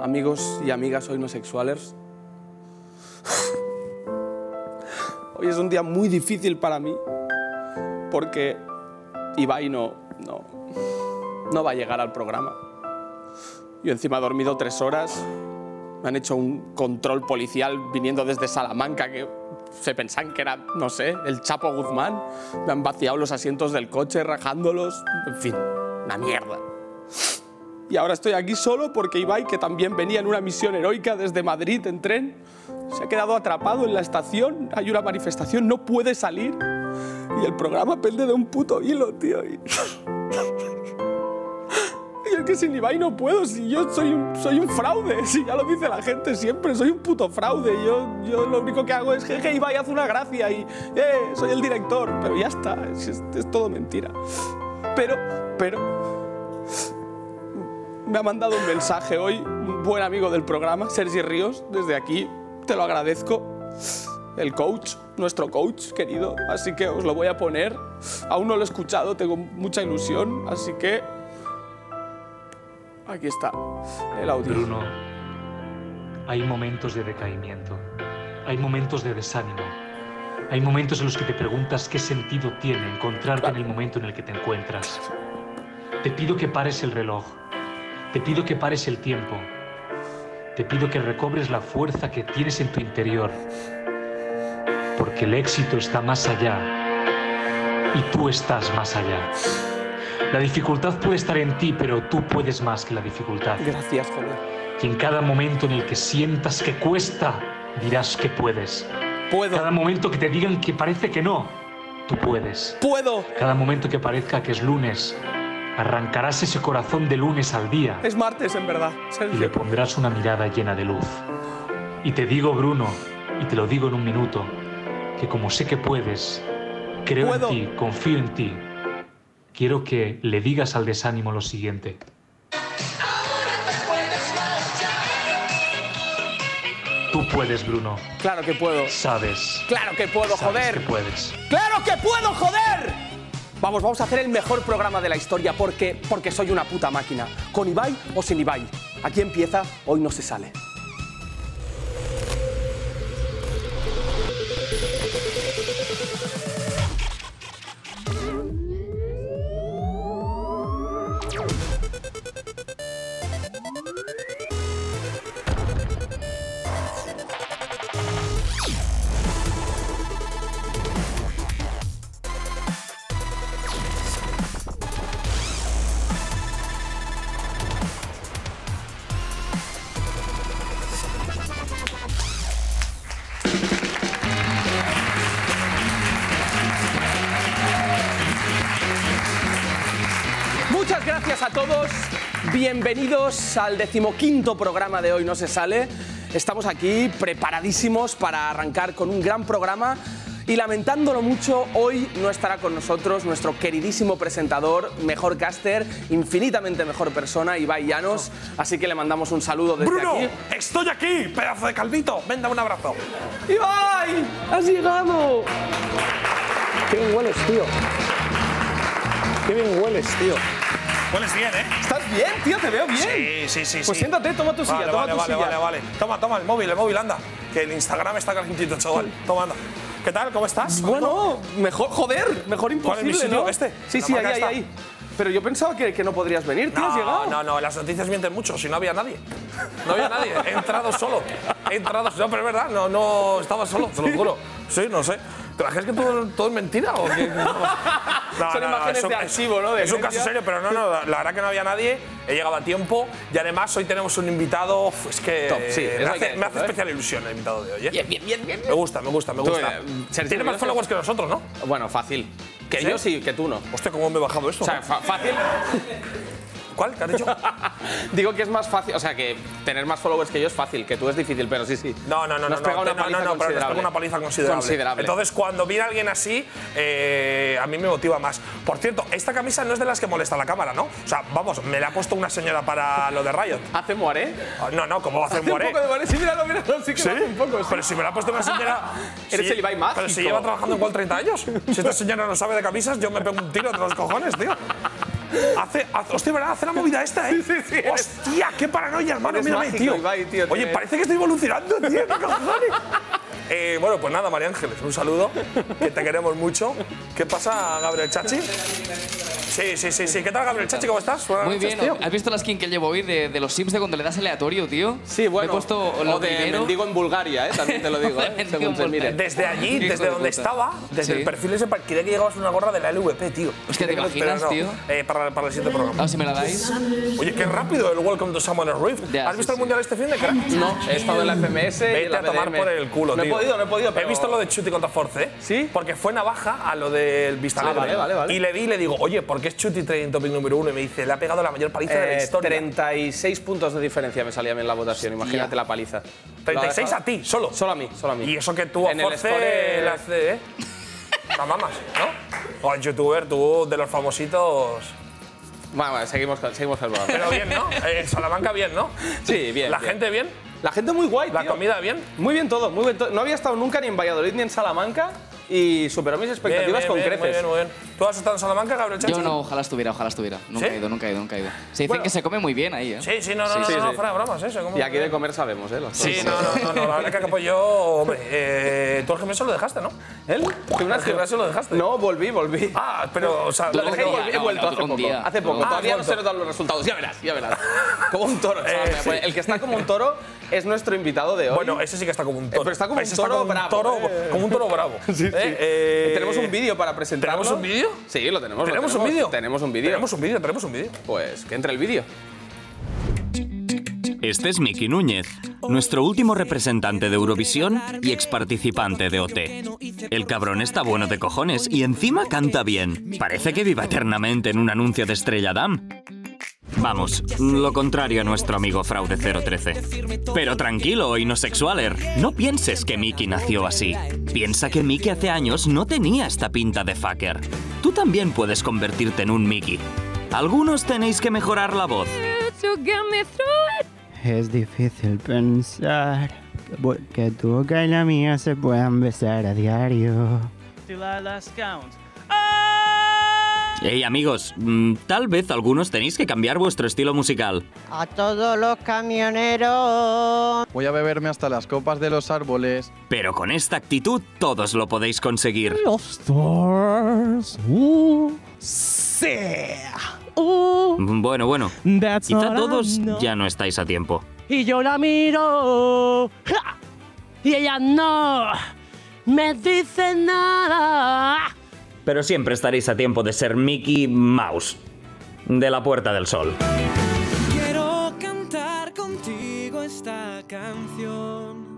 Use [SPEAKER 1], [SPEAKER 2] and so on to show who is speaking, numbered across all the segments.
[SPEAKER 1] amigos y amigas hoy no sexuales. Hoy es un día muy difícil para mí porque Ibai no, no, no va a llegar al programa. Yo encima he dormido tres horas, me han hecho un control policial viniendo desde Salamanca que se pensaban que era, no sé, el Chapo Guzmán. Me han vaciado los asientos del coche, rajándolos, en fin, una mierda. Y ahora estoy aquí solo porque Ibai, que también venía en una misión heroica desde Madrid en tren, se ha quedado atrapado en la estación, hay una manifestación, no puede salir. Y el programa pende de un puto hilo, tío. Y... y es que sin Ibai no puedo, si yo soy un, soy un fraude, si ya lo dice la gente siempre, soy un puto fraude. Yo, yo lo único que hago es, jeje, Ibai, haz una gracia y, eh, soy el director. Pero ya está, es, es- es todo mentira. Pero, pero... Me ha mandado un mensaje hoy un buen amigo del programa, Sergi Ríos, desde aquí te lo agradezco. El coach, nuestro coach querido, así que os lo voy a poner. Aún no lo he escuchado, tengo mucha ilusión, así que aquí está el audio.
[SPEAKER 2] Bruno, hay momentos de decaimiento, hay momentos de desánimo, hay momentos en los que te preguntas qué sentido tiene encontrarte en el momento en el que te encuentras. Te pido que pares el reloj, te pido que pares el tiempo, te pido que recobres la fuerza que tienes en tu interior, porque el éxito está más allá y tú estás más allá. La dificultad puede estar en ti, pero tú puedes más que la dificultad.
[SPEAKER 1] Gracias, joder.
[SPEAKER 2] Y en cada momento en el que sientas que cuesta, dirás que puedes.
[SPEAKER 1] Puedo,
[SPEAKER 2] Cada momento que te digan que parece que no, tú puedes.
[SPEAKER 1] puedo.
[SPEAKER 2] Cada momento que parezca que es lunes, arrancarás ese corazón de lunes al día
[SPEAKER 1] Es martes, en verdad,
[SPEAKER 2] y le
[SPEAKER 1] Sergio.
[SPEAKER 2] pondrás una mirada llena de luz. Y te digo, Bruno, y te lo digo en un minuto, que como sé que puedes, creo
[SPEAKER 1] Puedo.
[SPEAKER 2] en ti, confío en ti, quiero que le digas al desánimo lo siguiente. Tú puedes, Bruno,
[SPEAKER 1] Claro que puedo.
[SPEAKER 2] sabes.
[SPEAKER 1] Claro que puedo,
[SPEAKER 2] sabes que
[SPEAKER 1] joder.
[SPEAKER 2] puedes.
[SPEAKER 1] ¡Claro que puedo, joder! Vamos, vamos a hacer el mejor programa de la historia porque, porque soy una puta máquina. Con Ibai o sin Ibai. Aquí empieza, hoy no se sale. Muchas gracias a todos. Bienvenidos al decimoquinto programa de Hoy No Se Sale. Estamos aquí preparadísimos para arrancar con un gran programa. Y lamentándolo mucho, hoy no estará con nosotros nuestro queridísimo presentador, mejor caster, infinitamente mejor persona, Ibai Llanos. Así que le mandamos un saludo desde
[SPEAKER 3] Bruno,
[SPEAKER 1] aquí.
[SPEAKER 3] estoy aquí, pedazo de calvito. Venga, un abrazo.
[SPEAKER 1] ¡Ibai! ¡Has llegado!
[SPEAKER 4] Qué bien hueles, tío. Qué bien hueles, tío.
[SPEAKER 3] Hueles bien, ¿eh?
[SPEAKER 1] ¿Estás bien, tío? ¿Te veo bien?
[SPEAKER 3] Sí, sí, sí.
[SPEAKER 1] Pues
[SPEAKER 3] sí.
[SPEAKER 1] siéntate, toma tu silla,
[SPEAKER 3] Vale,
[SPEAKER 1] toma
[SPEAKER 3] vale,
[SPEAKER 1] tu
[SPEAKER 3] vale,
[SPEAKER 1] silla.
[SPEAKER 3] vale, vale. Toma, toma, el móvil, el móvil, anda. Que el Instagram está calentito, chaval. Toma, anda. ¿Qué tal? ¿Cómo estás?
[SPEAKER 1] Bueno, mejor, joder, mejor
[SPEAKER 3] ¿Cuál es mi
[SPEAKER 1] imposible,
[SPEAKER 3] sitio?
[SPEAKER 1] ¿no?
[SPEAKER 3] ¿Este?
[SPEAKER 1] Sí,
[SPEAKER 3] La
[SPEAKER 1] sí, ahí,
[SPEAKER 3] marca
[SPEAKER 1] ahí,
[SPEAKER 3] esta.
[SPEAKER 1] ahí. Pero yo pensaba que, que no podrías venir, tío, has llegado.
[SPEAKER 3] No, no, no, las noticias mienten mucho, si no había nadie. No había nadie, he entrado solo. He entrado solo, pero es verdad, no, no estaba solo, te lo juro. Sí, no sé. ¿Te crees que todo, todo es mentira o qué? No,
[SPEAKER 1] Son imágenes
[SPEAKER 3] es un-
[SPEAKER 1] de archivo, ¿no? De
[SPEAKER 3] es un caso
[SPEAKER 1] agencia.
[SPEAKER 3] serio, pero no, no, la la verdad que no había nadie, he llegado a tiempo y además hoy tenemos un invitado, uf, es que
[SPEAKER 1] Top, sí,
[SPEAKER 3] me,
[SPEAKER 1] eso hay que
[SPEAKER 3] hace, me hace
[SPEAKER 1] decirlo, ¿eh?
[SPEAKER 3] especial ilusión el invitado de hoy, ¿eh?
[SPEAKER 1] Bien, bien, bien, bien.
[SPEAKER 3] Me gusta, me gusta, me
[SPEAKER 1] Tú,
[SPEAKER 3] gusta.
[SPEAKER 1] eh, Sergio,
[SPEAKER 3] Tiene más
[SPEAKER 1] yo-
[SPEAKER 3] followers que nosotros, ¿no?
[SPEAKER 1] Bueno, fácil. Que
[SPEAKER 3] ¿Sí?
[SPEAKER 1] yo sí, que tú no.
[SPEAKER 3] Hostia, ¿cómo me he bajado esto?
[SPEAKER 1] O sea, fa- fácil.
[SPEAKER 3] ¿Cuál? ¿Qué has dicho?
[SPEAKER 1] Digo que es más fácil, o sea, que tener más followers que yo es fácil, que tú es difícil, pero sí, sí.
[SPEAKER 3] No, no, no,
[SPEAKER 1] Nos
[SPEAKER 3] no,
[SPEAKER 1] pega
[SPEAKER 3] no,
[SPEAKER 1] una
[SPEAKER 3] no,
[SPEAKER 1] paliza
[SPEAKER 3] no, no, pero nos
[SPEAKER 1] considerable.
[SPEAKER 3] pega una paliza considerable.
[SPEAKER 1] Considerable.
[SPEAKER 3] Entonces, cuando viene alguien así, eh, a mí me motiva más. Por cierto, esta camisa no es de las que molesta la cámara, ¿no? O sea, vamos, me la ha puesto una señora para lo de Riot.
[SPEAKER 1] ¿Hace ¿eh? moaré?
[SPEAKER 3] Ah, No, no, ¿cómo va a hacer
[SPEAKER 1] Hace un
[SPEAKER 3] Moaré?
[SPEAKER 1] poco de moaré, sí, míralo, míralo, sí que lo hace un poco. sí.
[SPEAKER 3] Pero si me la ha puesto una señora.
[SPEAKER 1] Eres el Ibai mágico.
[SPEAKER 3] Pero si lleva trabajando en Wall 30 años. Si esta señora no sabe de camisas, yo me pego un tiro entre los cojones, tío. Hace, hace- hostia, ¿verdad? Hace la movida esta, ¿eh?
[SPEAKER 1] Sí, sí, sí, eres-
[SPEAKER 3] Hostia, qué paranoia, hermano.
[SPEAKER 1] Eres
[SPEAKER 3] Mírame,
[SPEAKER 1] mágico,
[SPEAKER 3] tío.
[SPEAKER 1] Ibai, tío,
[SPEAKER 3] Oye,
[SPEAKER 1] tienes-
[SPEAKER 3] parece que estoy evolucionando, tío. ¿Qué cojones? Eh, bueno, pues nada, María Ángeles, un saludo, que te queremos mucho. ¿Qué pasa, Gabriel Chachi? Sí, sí, sí, sí. ¿Qué tal, Gabriel Chachi? ¿Cómo
[SPEAKER 1] Ah,
[SPEAKER 3] estás? Buenas
[SPEAKER 5] Muy
[SPEAKER 3] noches,
[SPEAKER 5] bien,
[SPEAKER 3] tío.
[SPEAKER 5] ¿has visto la skin que llevo hoy de, de los Sims de cuando le das aleatorio, tío?
[SPEAKER 1] Sí, bueno.
[SPEAKER 5] Me he puesto lo
[SPEAKER 1] o de
[SPEAKER 5] primero.
[SPEAKER 1] mendigo en Bulgaria, ¿eh? también te lo digo,
[SPEAKER 5] O de
[SPEAKER 1] ¿eh?
[SPEAKER 5] mendigo
[SPEAKER 1] según
[SPEAKER 5] en
[SPEAKER 1] se mire.
[SPEAKER 5] Bulgaria.
[SPEAKER 3] Desde allí,
[SPEAKER 5] Ah, Hijo
[SPEAKER 3] desde
[SPEAKER 5] de
[SPEAKER 3] donde
[SPEAKER 5] puta.
[SPEAKER 3] estaba, desde
[SPEAKER 5] Sí.
[SPEAKER 3] el perfil ese, quería que llegabas una gorra de la LVP, tío.
[SPEAKER 5] Hostia, ¿te
[SPEAKER 3] Pero
[SPEAKER 5] imaginas,
[SPEAKER 3] no,
[SPEAKER 5] tío?
[SPEAKER 3] eh, para, para el siguiente programa.
[SPEAKER 5] Ah, si me la dais.
[SPEAKER 3] Oye, qué rápido el Welcome to Summoner Rift.
[SPEAKER 5] Ya,
[SPEAKER 3] ¿Has
[SPEAKER 5] sí,
[SPEAKER 3] visto el
[SPEAKER 5] sí.
[SPEAKER 3] mundial este fin de crack?
[SPEAKER 1] No, he estado en la FMS y en
[SPEAKER 3] Vete
[SPEAKER 1] la
[SPEAKER 3] a tomar
[SPEAKER 1] BDM.
[SPEAKER 3] por el culo,
[SPEAKER 1] No he
[SPEAKER 3] tío.
[SPEAKER 1] podido, no he podido, pero...
[SPEAKER 3] He visto lo de Chuti contra Force, ¿eh?
[SPEAKER 1] ¿Sí?
[SPEAKER 3] Porque fue navaja a lo del Vista
[SPEAKER 1] Ah,
[SPEAKER 3] Alegre.
[SPEAKER 1] vale, vale, vale.
[SPEAKER 3] Y le vi y le digo, oye, ¿por qué es Chuti trading topic número uno? Y me dice, le ha pegado la mayor paliza de la
[SPEAKER 1] Eh,
[SPEAKER 3] historia.
[SPEAKER 1] 36 puntos de diferencia me salía a mí en la votación, imagínate la paliza.
[SPEAKER 3] 36
[SPEAKER 1] ¿Lo ha
[SPEAKER 3] a ti, solo.
[SPEAKER 1] dejado? Solo a mí, solo a mí.
[SPEAKER 3] Y eso que tú a
[SPEAKER 1] En el
[SPEAKER 3] Force
[SPEAKER 1] Store-
[SPEAKER 3] le hace, ¿eh? La mamas, ¿no? O al youtuber, tú de los famositos.
[SPEAKER 1] Bueno, bueno, seguimos, con- seguimos con el programa.
[SPEAKER 3] Pero bien, ¿no? Eh, En Salamanca bien, ¿no?
[SPEAKER 1] Sí, bien.
[SPEAKER 3] La
[SPEAKER 1] bien.
[SPEAKER 3] gente bien,
[SPEAKER 1] La gente muy guay,
[SPEAKER 3] la
[SPEAKER 1] tío.
[SPEAKER 3] comida bien.
[SPEAKER 1] Muy bien todo, muy bien todo. No había estado nunca ni en Valladolid ni en Salamanca y superó mis expectativas
[SPEAKER 3] Bien, bien,
[SPEAKER 1] con
[SPEAKER 3] bien,
[SPEAKER 1] creces.
[SPEAKER 3] Muy bien, muy bien. ¿Tú has estado en Salamanca, Gabriel Chachi?
[SPEAKER 5] Yo no, ojalá estuviera, ojalá estuviera. Nunca
[SPEAKER 3] ¿Sí?
[SPEAKER 5] he ido, nunca he ido, nunca he ido. Se dicen
[SPEAKER 3] Bueno.
[SPEAKER 5] que se come muy bien ahí, ¿eh?
[SPEAKER 3] Sí, sí, no, no,
[SPEAKER 5] Sí,
[SPEAKER 3] no,
[SPEAKER 1] sí,
[SPEAKER 3] no,
[SPEAKER 1] sí.
[SPEAKER 3] fuera de bromas, eso. ¿cómo?
[SPEAKER 1] Y aquí de comer sabemos, ¿eh? Las
[SPEAKER 3] Sí,
[SPEAKER 1] cosas.
[SPEAKER 3] no, no, no, no, la verdad que
[SPEAKER 1] pues
[SPEAKER 3] Capollo, hombre, eh, tú el gimnasio lo dejaste, ¿no?
[SPEAKER 1] ¿El?
[SPEAKER 3] El gimnasio lo dejaste.
[SPEAKER 1] No, volví, volví.
[SPEAKER 3] Ah, pero, o sea,
[SPEAKER 5] Tú
[SPEAKER 3] lo
[SPEAKER 5] lo
[SPEAKER 1] Dejé
[SPEAKER 3] dejé
[SPEAKER 1] y
[SPEAKER 5] día,
[SPEAKER 1] volví, he
[SPEAKER 5] no,
[SPEAKER 1] vuelto
[SPEAKER 5] no,
[SPEAKER 1] hace
[SPEAKER 5] un
[SPEAKER 1] poco.
[SPEAKER 5] día.
[SPEAKER 1] Hace poco.
[SPEAKER 5] Ah,
[SPEAKER 1] Todavía no
[SPEAKER 3] vuelto.
[SPEAKER 1] se notan los resultados. Ya verás, ya verás. Como un toro. ¿sabes? Pues
[SPEAKER 3] Eh, sí.
[SPEAKER 1] El que está como un toro es nuestro invitado de hoy.
[SPEAKER 3] Bueno, ese sí que está como un
[SPEAKER 1] Eh,
[SPEAKER 3] toro.
[SPEAKER 1] pero está como un
[SPEAKER 3] Ese
[SPEAKER 1] toro
[SPEAKER 3] como
[SPEAKER 1] bravo,
[SPEAKER 3] toro-
[SPEAKER 1] eh.
[SPEAKER 3] Como un toro bravo.
[SPEAKER 1] Sí, sí.
[SPEAKER 3] Eh, eh,
[SPEAKER 1] tenemos un vídeo para presentarlo.
[SPEAKER 3] ¿Tenemos un vídeo?
[SPEAKER 1] Sí, lo tenemos. lo
[SPEAKER 3] ¿Tenemos un vídeo?
[SPEAKER 1] Tenemos un vídeo.
[SPEAKER 3] Tenemos un vídeo, tenemos un vídeo.
[SPEAKER 1] Pues que entre el vídeo.
[SPEAKER 6] Este es Miki Núñez, nuestro último representante de Eurovisión y ex participante de OT. El cabrón está bueno de cojones y encima canta bien. Parece que viva eternamente en un anuncio de Estrella Damm. Vamos, lo contrario a nuestro amigo Fraude 013. Pero tranquilo y no sexualer, no pienses que Mickey nació así. Piensa que Mickey hace años no tenía esta pinta de fucker. Tú también puedes convertirte en un Mickey. Algunos tenéis que mejorar la voz.
[SPEAKER 7] to get me through it.
[SPEAKER 8] Es difícil pensar que bu- que tu boca y la mía se puedan besar a diario.
[SPEAKER 6] Hey amigos, mm, tal vez algunos tenéis que cambiar vuestro estilo musical.
[SPEAKER 8] A todos los camioneros.
[SPEAKER 9] Voy a beberme hasta las copas de los árboles.
[SPEAKER 6] Pero con esta actitud todos lo podéis conseguir. Mm, Bueno, bueno. Quizá todos ya no estáis a tiempo.
[SPEAKER 10] Y yo la miro. ¡ja! Y ella no me dice nada.
[SPEAKER 6] Pero siempre estaréis a tiempo de ser Mickey Mouse. De la Puerta del Sol.
[SPEAKER 10] Quiero cantar contigo esta canción.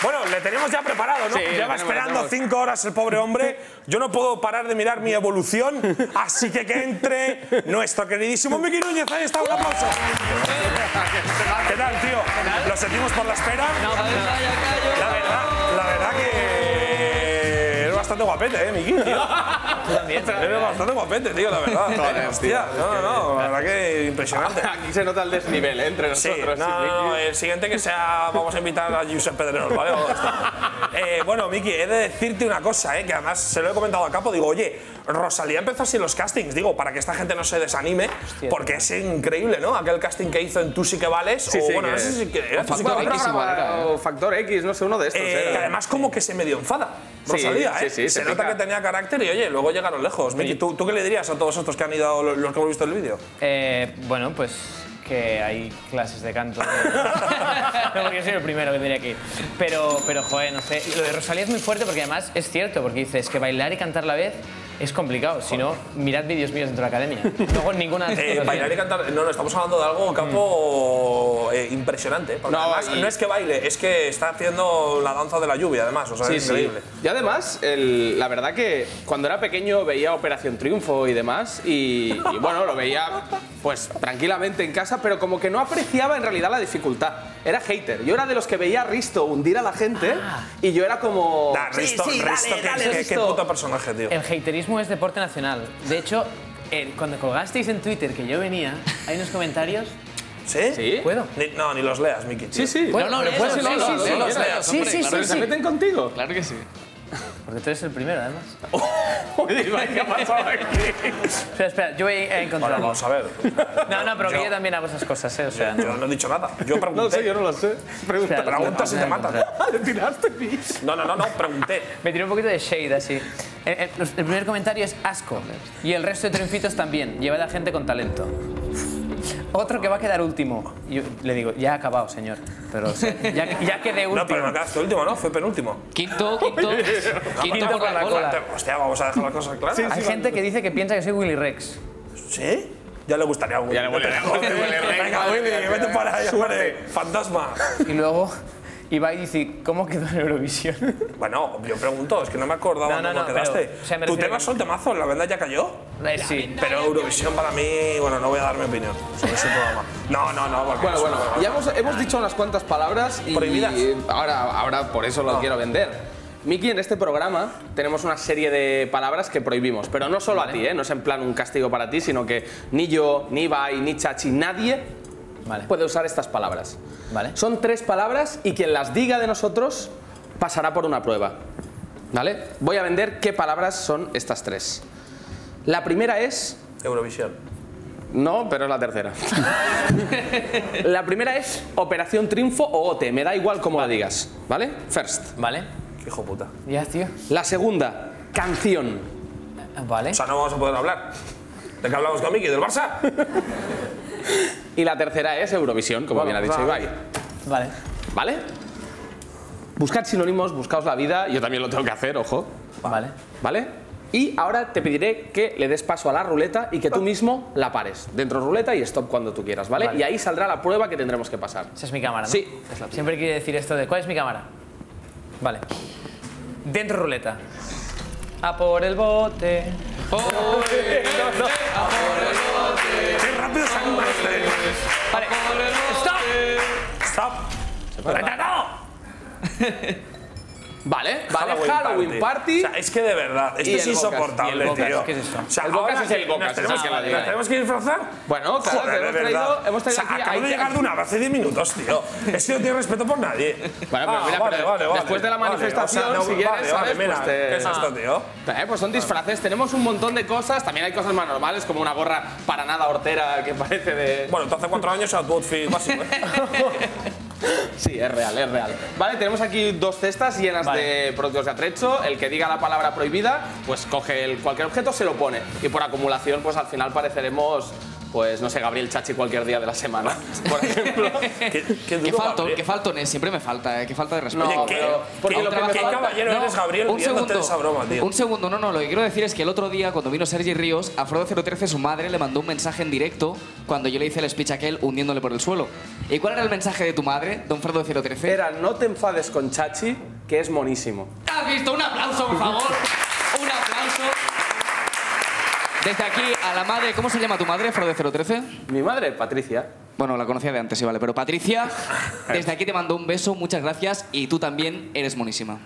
[SPEAKER 3] Bueno, le tenemos ya preparado, ¿no?
[SPEAKER 1] Sí, lo
[SPEAKER 3] Lleva
[SPEAKER 1] tenemos,
[SPEAKER 3] esperando
[SPEAKER 1] lo tenemos.
[SPEAKER 3] cinco horas el pobre hombre. Yo no puedo parar de mirar mi evolución, así que que entre nuestro queridísimo Miki Núñez. Ahí está, un aplauso. ¿Qué tal, tío? Lo sentimos por la espera. La verdad, la verdad que eres bastante guapete, ¿eh, Miki, tío? Tú también. Eres bastante guapete, tío, la verdad. Hostia, no, no, la verdad que impresionante.
[SPEAKER 1] Aquí se nota el desnivel ¿eh? entre
[SPEAKER 3] Sí,
[SPEAKER 1] nosotros.
[SPEAKER 3] no,
[SPEAKER 1] sí,
[SPEAKER 3] no,
[SPEAKER 1] Miki.
[SPEAKER 3] no, el siguiente que sea, vamos a invitar a Josep Pedrerol, ¿vale? Vamos a estar. Eh, bueno, Miki, he de decirte una cosa, ¿eh? que además se lo he comentado a Capo. Digo, oye, Rosalía empezó así los castings, digo, para que esta gente no se desanime, porque es increíble, ¿no? Aquel casting que hizo en Tú sí que vales,
[SPEAKER 1] Sí,
[SPEAKER 3] o
[SPEAKER 1] sí,
[SPEAKER 3] bueno,
[SPEAKER 1] que-
[SPEAKER 3] no sé si que era Tú sí que
[SPEAKER 5] Factor
[SPEAKER 3] vales.
[SPEAKER 5] X igual era,
[SPEAKER 1] O Factor X, no sé, uno de estos.
[SPEAKER 3] Eh,
[SPEAKER 1] Pues era.
[SPEAKER 3] que además como que se medio enfada.
[SPEAKER 1] Sí,
[SPEAKER 3] Rosalía,
[SPEAKER 1] sí,
[SPEAKER 3] ¿eh?
[SPEAKER 1] sí,
[SPEAKER 3] se
[SPEAKER 1] se
[SPEAKER 3] nota
[SPEAKER 1] pica.
[SPEAKER 3] que tenía carácter y oye, luego llegaron lejos. Miki, ¿tú, tú qué le dirías a todos estos que han ido, los que hemos visto el vídeo?
[SPEAKER 11] Eh, bueno, pues que hay clases de canto. no, porque yo soy el primero que diría aquí. Pero, pero, joder, no sé. Lo de Rosalía es muy fuerte porque además es cierto, porque dices que bailar y cantar a la vez es complicado. Si no, mirad vídeos míos dentro de la academia. Luego ninguna de las
[SPEAKER 3] Eh,
[SPEAKER 11] cosas
[SPEAKER 3] bailar y
[SPEAKER 11] bien.
[SPEAKER 3] cantar. No, no, estamos hablando de algo, Campo, eh, impresionante. porque
[SPEAKER 1] No,
[SPEAKER 3] además,
[SPEAKER 1] y-
[SPEAKER 3] no es que baile, es que está haciendo la danza de la lluvia, además. O sea,
[SPEAKER 1] Sí,
[SPEAKER 3] es
[SPEAKER 1] sí.
[SPEAKER 3] increíble.
[SPEAKER 1] Y además, el- la verdad que cuando era pequeño veía Operación Triunfo y demás, y, y bueno, lo veía pues tranquilamente en casa, pero como que no apreciaba en realidad la dificultad. Era hater. Yo era de los que veía a Risto hundir a la gente,
[SPEAKER 11] Ah.
[SPEAKER 1] y yo era como.
[SPEAKER 3] Nah,
[SPEAKER 1] Oh, "Sí,
[SPEAKER 3] Risto,
[SPEAKER 1] sí, dale,
[SPEAKER 3] Risto, qué-
[SPEAKER 1] dale,
[SPEAKER 3] qué, qué
[SPEAKER 1] Risto".
[SPEAKER 3] puto personaje, tío.
[SPEAKER 11] El haterismo es deporte nacional. De hecho, eh, cuando colgasteis en Twitter que yo venía, hay unos comentarios.
[SPEAKER 3] ¿Sí?
[SPEAKER 1] ¿Sí?
[SPEAKER 11] ¿Puedo?
[SPEAKER 3] Ni- no, ni los leas, Miki. tío.
[SPEAKER 1] Sí, sí.
[SPEAKER 11] Bueno,
[SPEAKER 1] No, no,
[SPEAKER 11] léelo,
[SPEAKER 1] puedes
[SPEAKER 11] sí,
[SPEAKER 1] leerlo,
[SPEAKER 11] sí,
[SPEAKER 1] léelo,
[SPEAKER 11] sí,
[SPEAKER 1] léelo,
[SPEAKER 11] sí,
[SPEAKER 1] léelo,
[SPEAKER 11] sí,
[SPEAKER 1] hombre,
[SPEAKER 11] sí,
[SPEAKER 1] claro que
[SPEAKER 11] sí,
[SPEAKER 1] se
[SPEAKER 11] sí.
[SPEAKER 1] meten contigo.
[SPEAKER 5] Claro que sí.
[SPEAKER 12] Porque tú eres el primero, además.
[SPEAKER 3] ¿Qué ha pasado aquí?
[SPEAKER 12] Espera, espera, yo voy a encontrar.
[SPEAKER 3] Bueno, vamos a ver.
[SPEAKER 12] No, no, pero que
[SPEAKER 3] Yo-
[SPEAKER 12] yo también hago esas cosas, ¿eh? O sea,
[SPEAKER 3] Yo no he dicho nada. Yo pregunté. No sé, yo no lo sé. Pregunta,
[SPEAKER 12] Espera,
[SPEAKER 3] pregunta
[SPEAKER 12] lo
[SPEAKER 3] si te
[SPEAKER 12] vamos a
[SPEAKER 3] matan. ¿Te tiraste, No, no, no, no, pregunté.
[SPEAKER 12] Me tiré un poquito de shade así. El, el- los- el primer comentario es asco. Y el resto de triunfitos también. Llevad a gente con talento. Otro que va a quedar último. Y Yo le digo, ya ha acabado, señor. Pero o sea, ya, ya quedé último.
[SPEAKER 3] No, pero no quedaste último, ¿no? Fue penúltimo.
[SPEAKER 12] Quinto, quinto.
[SPEAKER 3] Quinto por la cola. Hostia, vamos a dejar las cosas claras.
[SPEAKER 12] Hay gente que dice que piensa que soy Willy Rex.
[SPEAKER 3] ¿Sí? Ya le gustaría a Willy. Ya le Venga, Willy, vete para allá, hombre. Fantasma.
[SPEAKER 12] Y luego Ibai dice, ¿cómo quedó en Eurovisión?
[SPEAKER 3] Bueno, yo pregunto, es que no me acordaba
[SPEAKER 12] No, no,
[SPEAKER 3] cómo
[SPEAKER 12] no,
[SPEAKER 3] quedaste.
[SPEAKER 12] pero, o sea, me
[SPEAKER 3] tu
[SPEAKER 12] refiero
[SPEAKER 3] tema
[SPEAKER 12] que-
[SPEAKER 3] son temazos, la verdad ya cayó.
[SPEAKER 12] Eh, sí.
[SPEAKER 3] Pero Eurovisión para mí, bueno, no voy a dar mi opinión sobre ese programa. No, no, no, porque
[SPEAKER 1] Bueno,
[SPEAKER 3] es un
[SPEAKER 1] bueno,
[SPEAKER 3] programa.
[SPEAKER 1] ya hemos, hemos dicho unas cuantas palabras y
[SPEAKER 3] Prohibidas.
[SPEAKER 1] ahora, ahora por eso lo quiero vender. Miki, en este programa tenemos una serie de palabras que prohibimos, pero no solo a ti, ¿eh? no es en plan un castigo para ti, sino que ni yo, ni Ibai, ni Chachi, nadie puede usar estas palabras.
[SPEAKER 12] Vale.
[SPEAKER 1] Son tres palabras y quien las diga de nosotros pasará por una prueba. ¿Vale? Voy a vender qué palabras son estas tres. La primera es
[SPEAKER 3] Eurovisión.
[SPEAKER 1] no, pero es la tercera. la primera es Operación Triunfo o OTE, me da igual cómo la digas, ¿vale? First.
[SPEAKER 12] Vale.
[SPEAKER 3] Qué hijo puta.
[SPEAKER 12] Ya, tío.
[SPEAKER 1] La segunda, canción.
[SPEAKER 12] Vale.
[SPEAKER 3] O sea, no vamos a poder hablar. ¿De qué hablamos con Miki? ¿Del Barça?
[SPEAKER 1] Y la tercera es Eurovisión, como bien ha dicho
[SPEAKER 3] vale.
[SPEAKER 1] Ibai.
[SPEAKER 12] Vale.
[SPEAKER 1] ¿Vale? Buscad sinónimos, buscaos la vida, yo también lo tengo que hacer, ojo.
[SPEAKER 12] Vale.
[SPEAKER 1] ¿Vale? Y ahora te pediré que le des paso a la ruleta y que tú mismo la pares. Dentro ruleta y stop cuando tú quieras, ¿vale?
[SPEAKER 12] Vale.
[SPEAKER 1] Y ahí saldrá la prueba que tendremos que pasar.
[SPEAKER 12] Esa es mi cámara, ¿no?
[SPEAKER 1] Sí.
[SPEAKER 12] Siempre quiere decir esto de ¿cuál es mi cámara? Vale. Dentro ruleta. A por el bote. No, no.
[SPEAKER 3] ¡Qué rápido se anima este!
[SPEAKER 12] Vale.
[SPEAKER 3] ¡Stop! ¡Stop! ¡Retratado!
[SPEAKER 1] Vale, vale, Halloween Party.
[SPEAKER 3] O sea, es que de verdad, esto
[SPEAKER 1] Y
[SPEAKER 3] es
[SPEAKER 1] el Bocas.
[SPEAKER 3] insoportable,
[SPEAKER 1] Y el Bocas,
[SPEAKER 3] tío.
[SPEAKER 1] ¿qué es eso?
[SPEAKER 3] O sea,
[SPEAKER 1] El
[SPEAKER 3] ahora
[SPEAKER 1] Bocas es
[SPEAKER 3] que
[SPEAKER 1] el Bocas,
[SPEAKER 3] Nos tenemos,
[SPEAKER 1] ah,
[SPEAKER 3] que,
[SPEAKER 1] vale,
[SPEAKER 3] nos
[SPEAKER 1] vale.
[SPEAKER 3] tenemos que disfrazar.
[SPEAKER 1] Bueno, claro,
[SPEAKER 3] Joder,
[SPEAKER 1] hemos
[SPEAKER 3] de verdad.
[SPEAKER 1] traído- hemos traído
[SPEAKER 3] o sea,
[SPEAKER 1] aquí-
[SPEAKER 3] acabo de
[SPEAKER 1] hay-
[SPEAKER 3] llegar de una hora hace 10 minutos, tío. Es que no tiene respeto por nadie.
[SPEAKER 1] Bueno, pero
[SPEAKER 3] Ah,
[SPEAKER 1] mira,
[SPEAKER 3] vale,
[SPEAKER 1] pero
[SPEAKER 3] vale, vale.
[SPEAKER 1] después de la
[SPEAKER 3] Vale,
[SPEAKER 1] manifestación,
[SPEAKER 3] o sea, no,
[SPEAKER 1] si quieres,
[SPEAKER 3] vale,
[SPEAKER 1] ¿sabes?
[SPEAKER 3] vale, mira,
[SPEAKER 1] Pues te-
[SPEAKER 3] ¿qué es esto, tío?
[SPEAKER 1] Eh, pues son disfraces, tenemos un montón de cosas, también hay cosas más normales, como una gorra para nada hortera que parece de...
[SPEAKER 3] Bueno, tú hace cuatro años era tu outfit básico, ¿eh?
[SPEAKER 1] Sí, es real, es real. Vale, tenemos aquí dos cestas llenas de productos de atrecho, el que diga la palabra prohibida, pues coge el- cualquier objeto, se lo pone, y por acumulación, pues al final pareceremos... Pues no sé, Gabriel Chachi cualquier día de la semana, por ejemplo.
[SPEAKER 3] Qué,
[SPEAKER 5] Qué faltón, qué faltón es, siempre me falta, eh, qué falta de respeto.
[SPEAKER 1] No, Oye, ¿qué- pero- porque
[SPEAKER 5] A un
[SPEAKER 1] lo que me
[SPEAKER 5] trabajador-
[SPEAKER 1] falta-
[SPEAKER 3] caballero eres, Gabriel,
[SPEAKER 5] un
[SPEAKER 3] riéndote de
[SPEAKER 5] segundo,
[SPEAKER 3] esa broma, tío.
[SPEAKER 5] Un segundo, no, no, lo que quiero decir es que el otro día, cuando vino Sergi Ríos, a Frodo013 su madre le mandó un mensaje en directo cuando yo le hice el speech aquel hundiéndole por el suelo. ¿Y cuál era el mensaje de tu madre, don Frodo013?
[SPEAKER 1] Era, no te enfades con Chachi, que es monísimo.
[SPEAKER 5] ¿Has visto? Un aplauso, por favor. Un aplauso. Desde aquí a la madre, ¿cómo se llama tu madre, Frode013?
[SPEAKER 1] Mi madre, Patricia.
[SPEAKER 5] Bueno, la conocía de antes, sí, vale. Pero Patricia, desde aquí te mando un beso, muchas gracias y tú también eres monísima.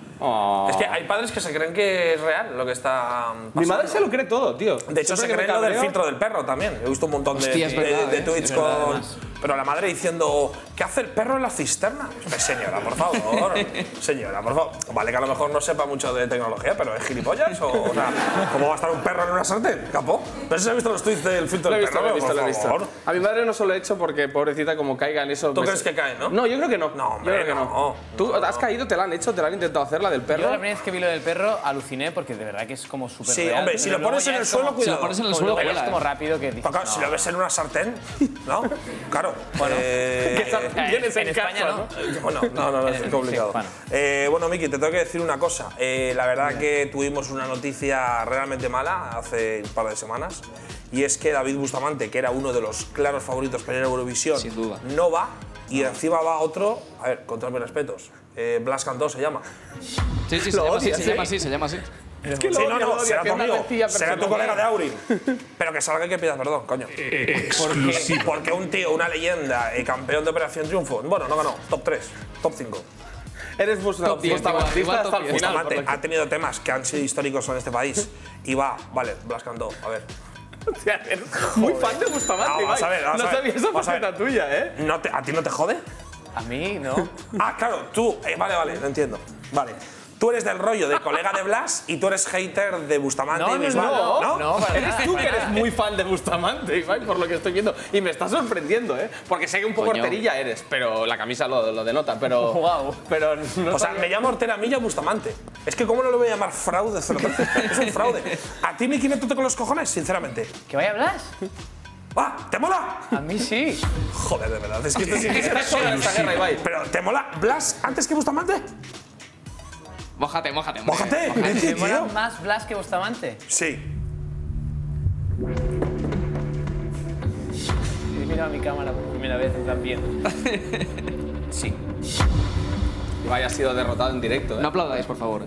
[SPEAKER 3] Es que hay padres que se creen que es real lo que está pasando.
[SPEAKER 1] Mi madre se lo cree todo, tío.
[SPEAKER 3] De hecho, se
[SPEAKER 1] Siempre que me
[SPEAKER 3] creen lo del
[SPEAKER 1] cabreo-
[SPEAKER 3] filtro del perro también. He visto un montón de,
[SPEAKER 5] Hostia, es
[SPEAKER 3] de-
[SPEAKER 5] verdad,
[SPEAKER 3] de
[SPEAKER 5] ¿eh?
[SPEAKER 3] tweets
[SPEAKER 5] Es verdad,
[SPEAKER 3] con.
[SPEAKER 5] además.
[SPEAKER 3] Pero la madre diciendo, ¿qué hace el perro en la cisterna? Pues, Señora, por favor. Señora, por favor. Vale, que a lo mejor no sepa mucho de tecnología, pero ¿es gilipollas? O, o sea, ¿cómo va a estar un perro en una sartén? Capó. No sé si has visto los tweets del filtro
[SPEAKER 1] Lo he
[SPEAKER 3] del
[SPEAKER 1] visto,
[SPEAKER 3] perro.
[SPEAKER 1] lo he
[SPEAKER 3] pero,
[SPEAKER 1] visto,
[SPEAKER 3] por
[SPEAKER 1] lo he visto.
[SPEAKER 3] favor.
[SPEAKER 1] A mi madre no se lo he hecho porque, pobrecita, como caiga en eso.
[SPEAKER 3] ¿Tú
[SPEAKER 1] me-
[SPEAKER 3] crees que cae, no?
[SPEAKER 1] No, yo creo que no.
[SPEAKER 3] No, hombre,
[SPEAKER 1] yo creo que no.
[SPEAKER 3] no,
[SPEAKER 1] ¿Tú has caído? ¿Te la han hecho? ¿Te la han intentado hacer la del
[SPEAKER 12] Yo la
[SPEAKER 1] perro?
[SPEAKER 12] primera vez que vi lo del perro aluciné porque de verdad que es como súper
[SPEAKER 3] Sí,
[SPEAKER 12] real,
[SPEAKER 3] hombre,
[SPEAKER 12] pero
[SPEAKER 3] si lo
[SPEAKER 12] luego
[SPEAKER 3] pones
[SPEAKER 12] ya
[SPEAKER 3] en el
[SPEAKER 12] es
[SPEAKER 3] suelo,
[SPEAKER 12] como-
[SPEAKER 3] cuidado.
[SPEAKER 5] Si lo pones en el
[SPEAKER 12] como
[SPEAKER 5] suelo,
[SPEAKER 12] luego ya
[SPEAKER 5] cuela,
[SPEAKER 12] es como
[SPEAKER 5] eh.
[SPEAKER 12] rápido que dices,
[SPEAKER 3] Pero claro, si
[SPEAKER 12] no.
[SPEAKER 3] lo ves en una sartén, ¿no? Claro. Bueno. eh,
[SPEAKER 12] en, en España no.
[SPEAKER 3] Bueno, no, no, no,
[SPEAKER 12] Sí,
[SPEAKER 3] es complicado.
[SPEAKER 12] bueno.
[SPEAKER 3] Eh, bueno, Miki, te tengo que decir una cosa. Eh, la verdad que tuvimos una noticia realmente mala hace un par de semanas. Y es que David Bustamante, que era uno de los claros favoritos para ir a Eurovisión,
[SPEAKER 5] Sin duda.
[SPEAKER 3] no va. Y encima va otro, a ver, con todos mis respetos, eh, Blas Cantó se llama.
[SPEAKER 5] Sí, sí, se
[SPEAKER 1] Lo
[SPEAKER 5] llama así,
[SPEAKER 1] odias,
[SPEAKER 5] se
[SPEAKER 1] ¿eh?
[SPEAKER 5] llama así, se llama así.
[SPEAKER 1] que lo
[SPEAKER 3] sí,
[SPEAKER 1] odia,
[SPEAKER 3] no,
[SPEAKER 1] lo
[SPEAKER 3] no,
[SPEAKER 1] odia,
[SPEAKER 3] será
[SPEAKER 1] que
[SPEAKER 3] tu
[SPEAKER 1] es una
[SPEAKER 3] amigo,
[SPEAKER 1] vecilla
[SPEAKER 3] será tu
[SPEAKER 1] personal.
[SPEAKER 3] colega de Aurin. Pero que salga y que pidas perdón, coño. Porque, porque un tío, una leyenda, eh, campeón de Operación Triunfo, bueno, no ganó, top 3, top 5.
[SPEAKER 1] Eres bus-
[SPEAKER 5] Top diez,
[SPEAKER 1] bustamantista hasta
[SPEAKER 5] igual, igual
[SPEAKER 1] el
[SPEAKER 5] top
[SPEAKER 1] final.
[SPEAKER 3] Bustamante
[SPEAKER 1] por lo
[SPEAKER 3] ha tenido temas que han sido históricos en este país. Y va, vale, Blas cantó, a ver.
[SPEAKER 1] que- Hostia, eres Muy fan de Bustamante,
[SPEAKER 3] No, vamos a
[SPEAKER 1] Ibai.
[SPEAKER 3] ver, vamos
[SPEAKER 1] Ah, No
[SPEAKER 3] a ver,
[SPEAKER 1] sabía esa
[SPEAKER 3] vamos a ver.
[SPEAKER 1] faceta tuya, ¿eh?
[SPEAKER 3] ¿No te- ¿A ti no te jode?
[SPEAKER 12] A mí no.
[SPEAKER 3] Ah, claro, tú. Eh, vale, vale, lo entiendo. Vale. Tú eres del rollo de colega de Blas y tú eres hater de Bustamante
[SPEAKER 1] No,
[SPEAKER 3] y
[SPEAKER 1] no,
[SPEAKER 3] Bisbal,
[SPEAKER 1] no,
[SPEAKER 3] ¿no?
[SPEAKER 1] no, para Eres nada, tú para que eres nada. muy fan de Bustamante, Ibai, por lo que estoy viendo. Y me está sorprendiendo, ¿eh? Porque sé que un poco
[SPEAKER 3] Coño.
[SPEAKER 1] horterilla eres, pero la camisa lo, lo denota, pero.
[SPEAKER 3] Guau.
[SPEAKER 1] Pero
[SPEAKER 3] O sea, me llamo Hortera Milla Bustamante. Es que, ¿cómo no lo voy a llamar fraude? Es un fraude. ¿A ti, Miki, no te tocan los cojones, sinceramente?
[SPEAKER 12] ¿Que vaya a hablar?
[SPEAKER 3] ¡Ah! ¿Te mola?
[SPEAKER 12] A mí sí.
[SPEAKER 3] Joder, de verdad. Es que
[SPEAKER 1] Sí, sí, está sola en esta guerra, Ibai.
[SPEAKER 3] Pero, ¿te mola Blas antes que Bustamante?
[SPEAKER 5] Mójate, mójate.
[SPEAKER 3] Mójate,
[SPEAKER 12] ¿Me
[SPEAKER 3] Miki,
[SPEAKER 12] mola
[SPEAKER 3] tío.
[SPEAKER 12] más Blas que Bustamante?
[SPEAKER 3] Sí.
[SPEAKER 12] Y miro a mi cámara por primera vez, en plan bien.
[SPEAKER 1] Sí. Ibai ha sido derrotado en directo, ¿eh?
[SPEAKER 5] No aplaudáis, por favor.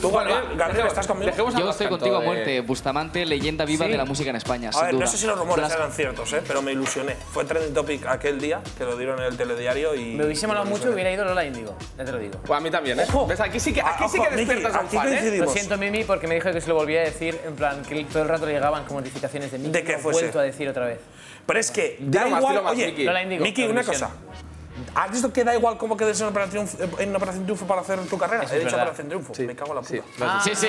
[SPEAKER 3] Tú, Gabriel, Gabriel, ¿estás conmigo?
[SPEAKER 5] Yo estoy contigo a muerte. Bustamante, leyenda viva
[SPEAKER 3] Sí.
[SPEAKER 5] de la música en España,
[SPEAKER 3] A
[SPEAKER 5] sin
[SPEAKER 3] ver,
[SPEAKER 5] duda.
[SPEAKER 3] no sé si los rumores
[SPEAKER 5] Blas-
[SPEAKER 3] eran ciertos, ¿eh? pero me ilusioné. Fue trending topic aquel día que lo dieron en el telediario y.
[SPEAKER 12] Me hubiese molado mucho y hubiera ido Lola Indigo, ya te lo digo.
[SPEAKER 1] Pues a mí también, ¿eh? ¿Ves? Aquí sí que,
[SPEAKER 3] Ah,
[SPEAKER 1] aquí sí que despiertas a un fan, ¿eh?
[SPEAKER 12] Lo siento, Mimi, porque me dijo que se lo volvía a decir, en plan, que todo el rato le llegaban como notificaciones de Mimi.
[SPEAKER 3] ¿De qué
[SPEAKER 12] lo he
[SPEAKER 3] fuese?
[SPEAKER 12] vuelto a decir otra vez.
[SPEAKER 3] Pero es que da igual. Oye, Miki, una cosa. ¿Has visto que da igual cómo quedes en Operación, Triunfo- en Operación Triunfo para hacer tu carrera?
[SPEAKER 12] Eso
[SPEAKER 3] He
[SPEAKER 12] es
[SPEAKER 3] dicho
[SPEAKER 12] verdad.
[SPEAKER 3] Operación Triunfo. Me cago en la puta.
[SPEAKER 1] Sí, sí.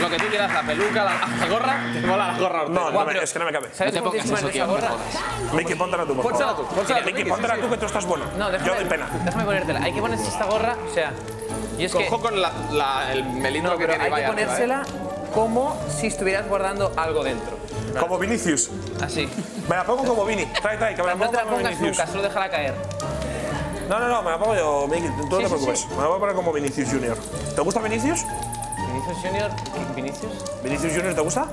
[SPEAKER 1] Lo que tú quieras, la peluca, la, ah, la gorra, te mola la gorra.
[SPEAKER 3] No, no me- es que no me cabe.
[SPEAKER 1] ¿Sabes No te cómo pongas te eso, llaman tío, esa no gorra?
[SPEAKER 3] Miki, póntela tú, por
[SPEAKER 1] Pónsela
[SPEAKER 3] favor.
[SPEAKER 1] tú, pónsela tú,
[SPEAKER 3] Miki,
[SPEAKER 1] Miki,
[SPEAKER 3] póntela
[SPEAKER 1] sí,
[SPEAKER 3] tú,
[SPEAKER 1] sí.
[SPEAKER 3] que tú estás bueno.
[SPEAKER 12] No, déjame,
[SPEAKER 3] Yo doy pena.
[SPEAKER 12] Déjame ponértela. Hay que ponerse esta gorra, o sea, yo es que.
[SPEAKER 1] Cojo con la, la- el melindro
[SPEAKER 12] No,
[SPEAKER 1] que
[SPEAKER 12] pero
[SPEAKER 1] tiene
[SPEAKER 12] hay
[SPEAKER 1] Ibai
[SPEAKER 12] que
[SPEAKER 1] arriba, ¿eh?
[SPEAKER 12] ponérsela como si estuvieras guardando algo dentro.
[SPEAKER 3] Como Vinicius.
[SPEAKER 12] Así.
[SPEAKER 3] Me la pongo como Vini. Trae, trae, que me la
[SPEAKER 12] No
[SPEAKER 3] pongo
[SPEAKER 12] te la
[SPEAKER 3] como
[SPEAKER 12] pongas
[SPEAKER 3] Vinicius.
[SPEAKER 12] nunca, solo déjala caer.
[SPEAKER 3] No, no, no, me la pongo yo, Miki. Tú
[SPEAKER 12] Sí,
[SPEAKER 3] no te
[SPEAKER 12] sí,
[SPEAKER 3] preocupes.
[SPEAKER 12] sí.
[SPEAKER 3] Me la voy a poner como Vinicius Junior. ¿Te gusta Vinicius?
[SPEAKER 12] ¿Vinicius Junior? ¿Qué- ¿Vinicius?
[SPEAKER 3] ¿Vinicius Junior te gusta?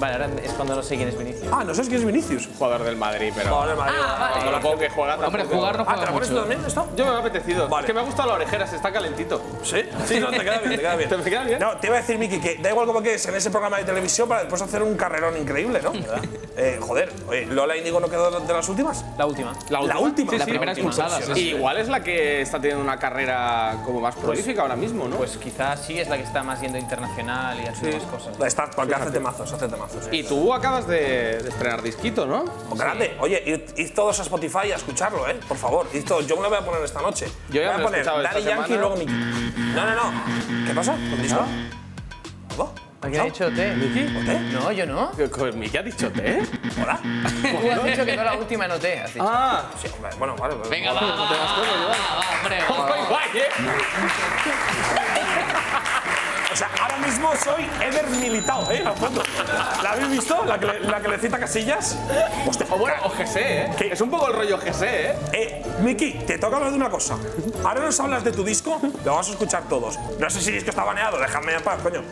[SPEAKER 12] Vale, ahora es cuando no sé quién es Vinicius.
[SPEAKER 3] Ah, no sabes quién es Vinicius.
[SPEAKER 1] Jugador del Madrid, pero.
[SPEAKER 3] Jugador del Madrid.
[SPEAKER 1] Ah, vale. Cuando lo pongo que juega.
[SPEAKER 5] Hombre,
[SPEAKER 1] tampoco-
[SPEAKER 5] jugar no
[SPEAKER 1] Ah, ¿te la
[SPEAKER 5] juega
[SPEAKER 1] pones tú
[SPEAKER 5] mucho.
[SPEAKER 1] también esto? Yo me ha apetecido. Es que me ha gustado la orejera, se está calentito.
[SPEAKER 3] ¿Sí? Sí, no, te queda bien, te queda bien.
[SPEAKER 1] ¿Te queda bien?
[SPEAKER 3] No, te iba a decir, Miki, que da igual como que es en ese programa de televisión para después hacer un carrerón increíble, ¿no? Eh, joder, oye, ¿Lola Índigo no quedó de las últimas?
[SPEAKER 12] La última.
[SPEAKER 1] La última.
[SPEAKER 3] última.
[SPEAKER 1] Sí,
[SPEAKER 3] La
[SPEAKER 1] sí,
[SPEAKER 3] primera
[SPEAKER 1] última.
[SPEAKER 3] expulsada, sí,
[SPEAKER 1] Y
[SPEAKER 3] sí.
[SPEAKER 1] Igual es la que está teniendo una carrera como más
[SPEAKER 3] Pues
[SPEAKER 1] prolífica ahora mismo, ¿no?
[SPEAKER 12] Pues quizás sí es la que está más yendo internacional y haciendo más cosas.
[SPEAKER 3] Está, porque hace temazos, hace temazos.
[SPEAKER 1] Y tú acabas de, de estrenar disquito, ¿no?
[SPEAKER 3] Oh, Grande, oye, id, id todos a Spotify a escucharlo, ¿eh? Por favor, id todos. Yo me lo voy a poner esta noche.
[SPEAKER 1] Yo ya me lo
[SPEAKER 3] voy a
[SPEAKER 1] he
[SPEAKER 3] poner
[SPEAKER 1] escuchado esta
[SPEAKER 3] Daddy Yankee y
[SPEAKER 1] semana.
[SPEAKER 3] luego Miki. No, no, no. ¿Qué pasa? ¿Dónde está? ¿Algo?
[SPEAKER 12] ¿Aquí ha dicho té?
[SPEAKER 3] ¿O té?
[SPEAKER 12] No, yo no.
[SPEAKER 1] ¿Miki ha dicho té?
[SPEAKER 3] ¿Hola?
[SPEAKER 12] Tú has dicho que no la última no te has dicho.
[SPEAKER 1] Ah,
[SPEAKER 3] Sí, hombre, bueno, vale. pues-
[SPEAKER 5] Venga, va, va, va, va, hombre. va.
[SPEAKER 1] guay, ¿eh?
[SPEAKER 3] O sea, ahora mismo soy Eder Militao, ¿eh? La foto. ¿La habéis visto? ¿La que le, la que le cita Casillas? Hostia,
[SPEAKER 1] O bueno, o GC, ¿eh?
[SPEAKER 3] ¿Qué?
[SPEAKER 1] Es un poco el rollo GC, ¿eh?
[SPEAKER 3] Eh, Miki, te toca hablar de una cosa. Ahora nos hablas de tu disco, lo vamos a escuchar todos. No sé si el disco está baneado, déjame en paz, coño.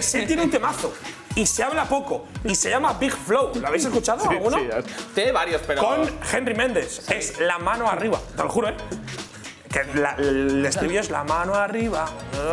[SPEAKER 3] se tiene un temazo y se habla poco y se llama Big Flow. ¿Lo habéis escuchado alguno?
[SPEAKER 1] Té varios, pero.
[SPEAKER 3] Con Henry Méndez. Es la mano arriba, te lo juro, ¿eh? Que la- el estribillo es la mano arriba.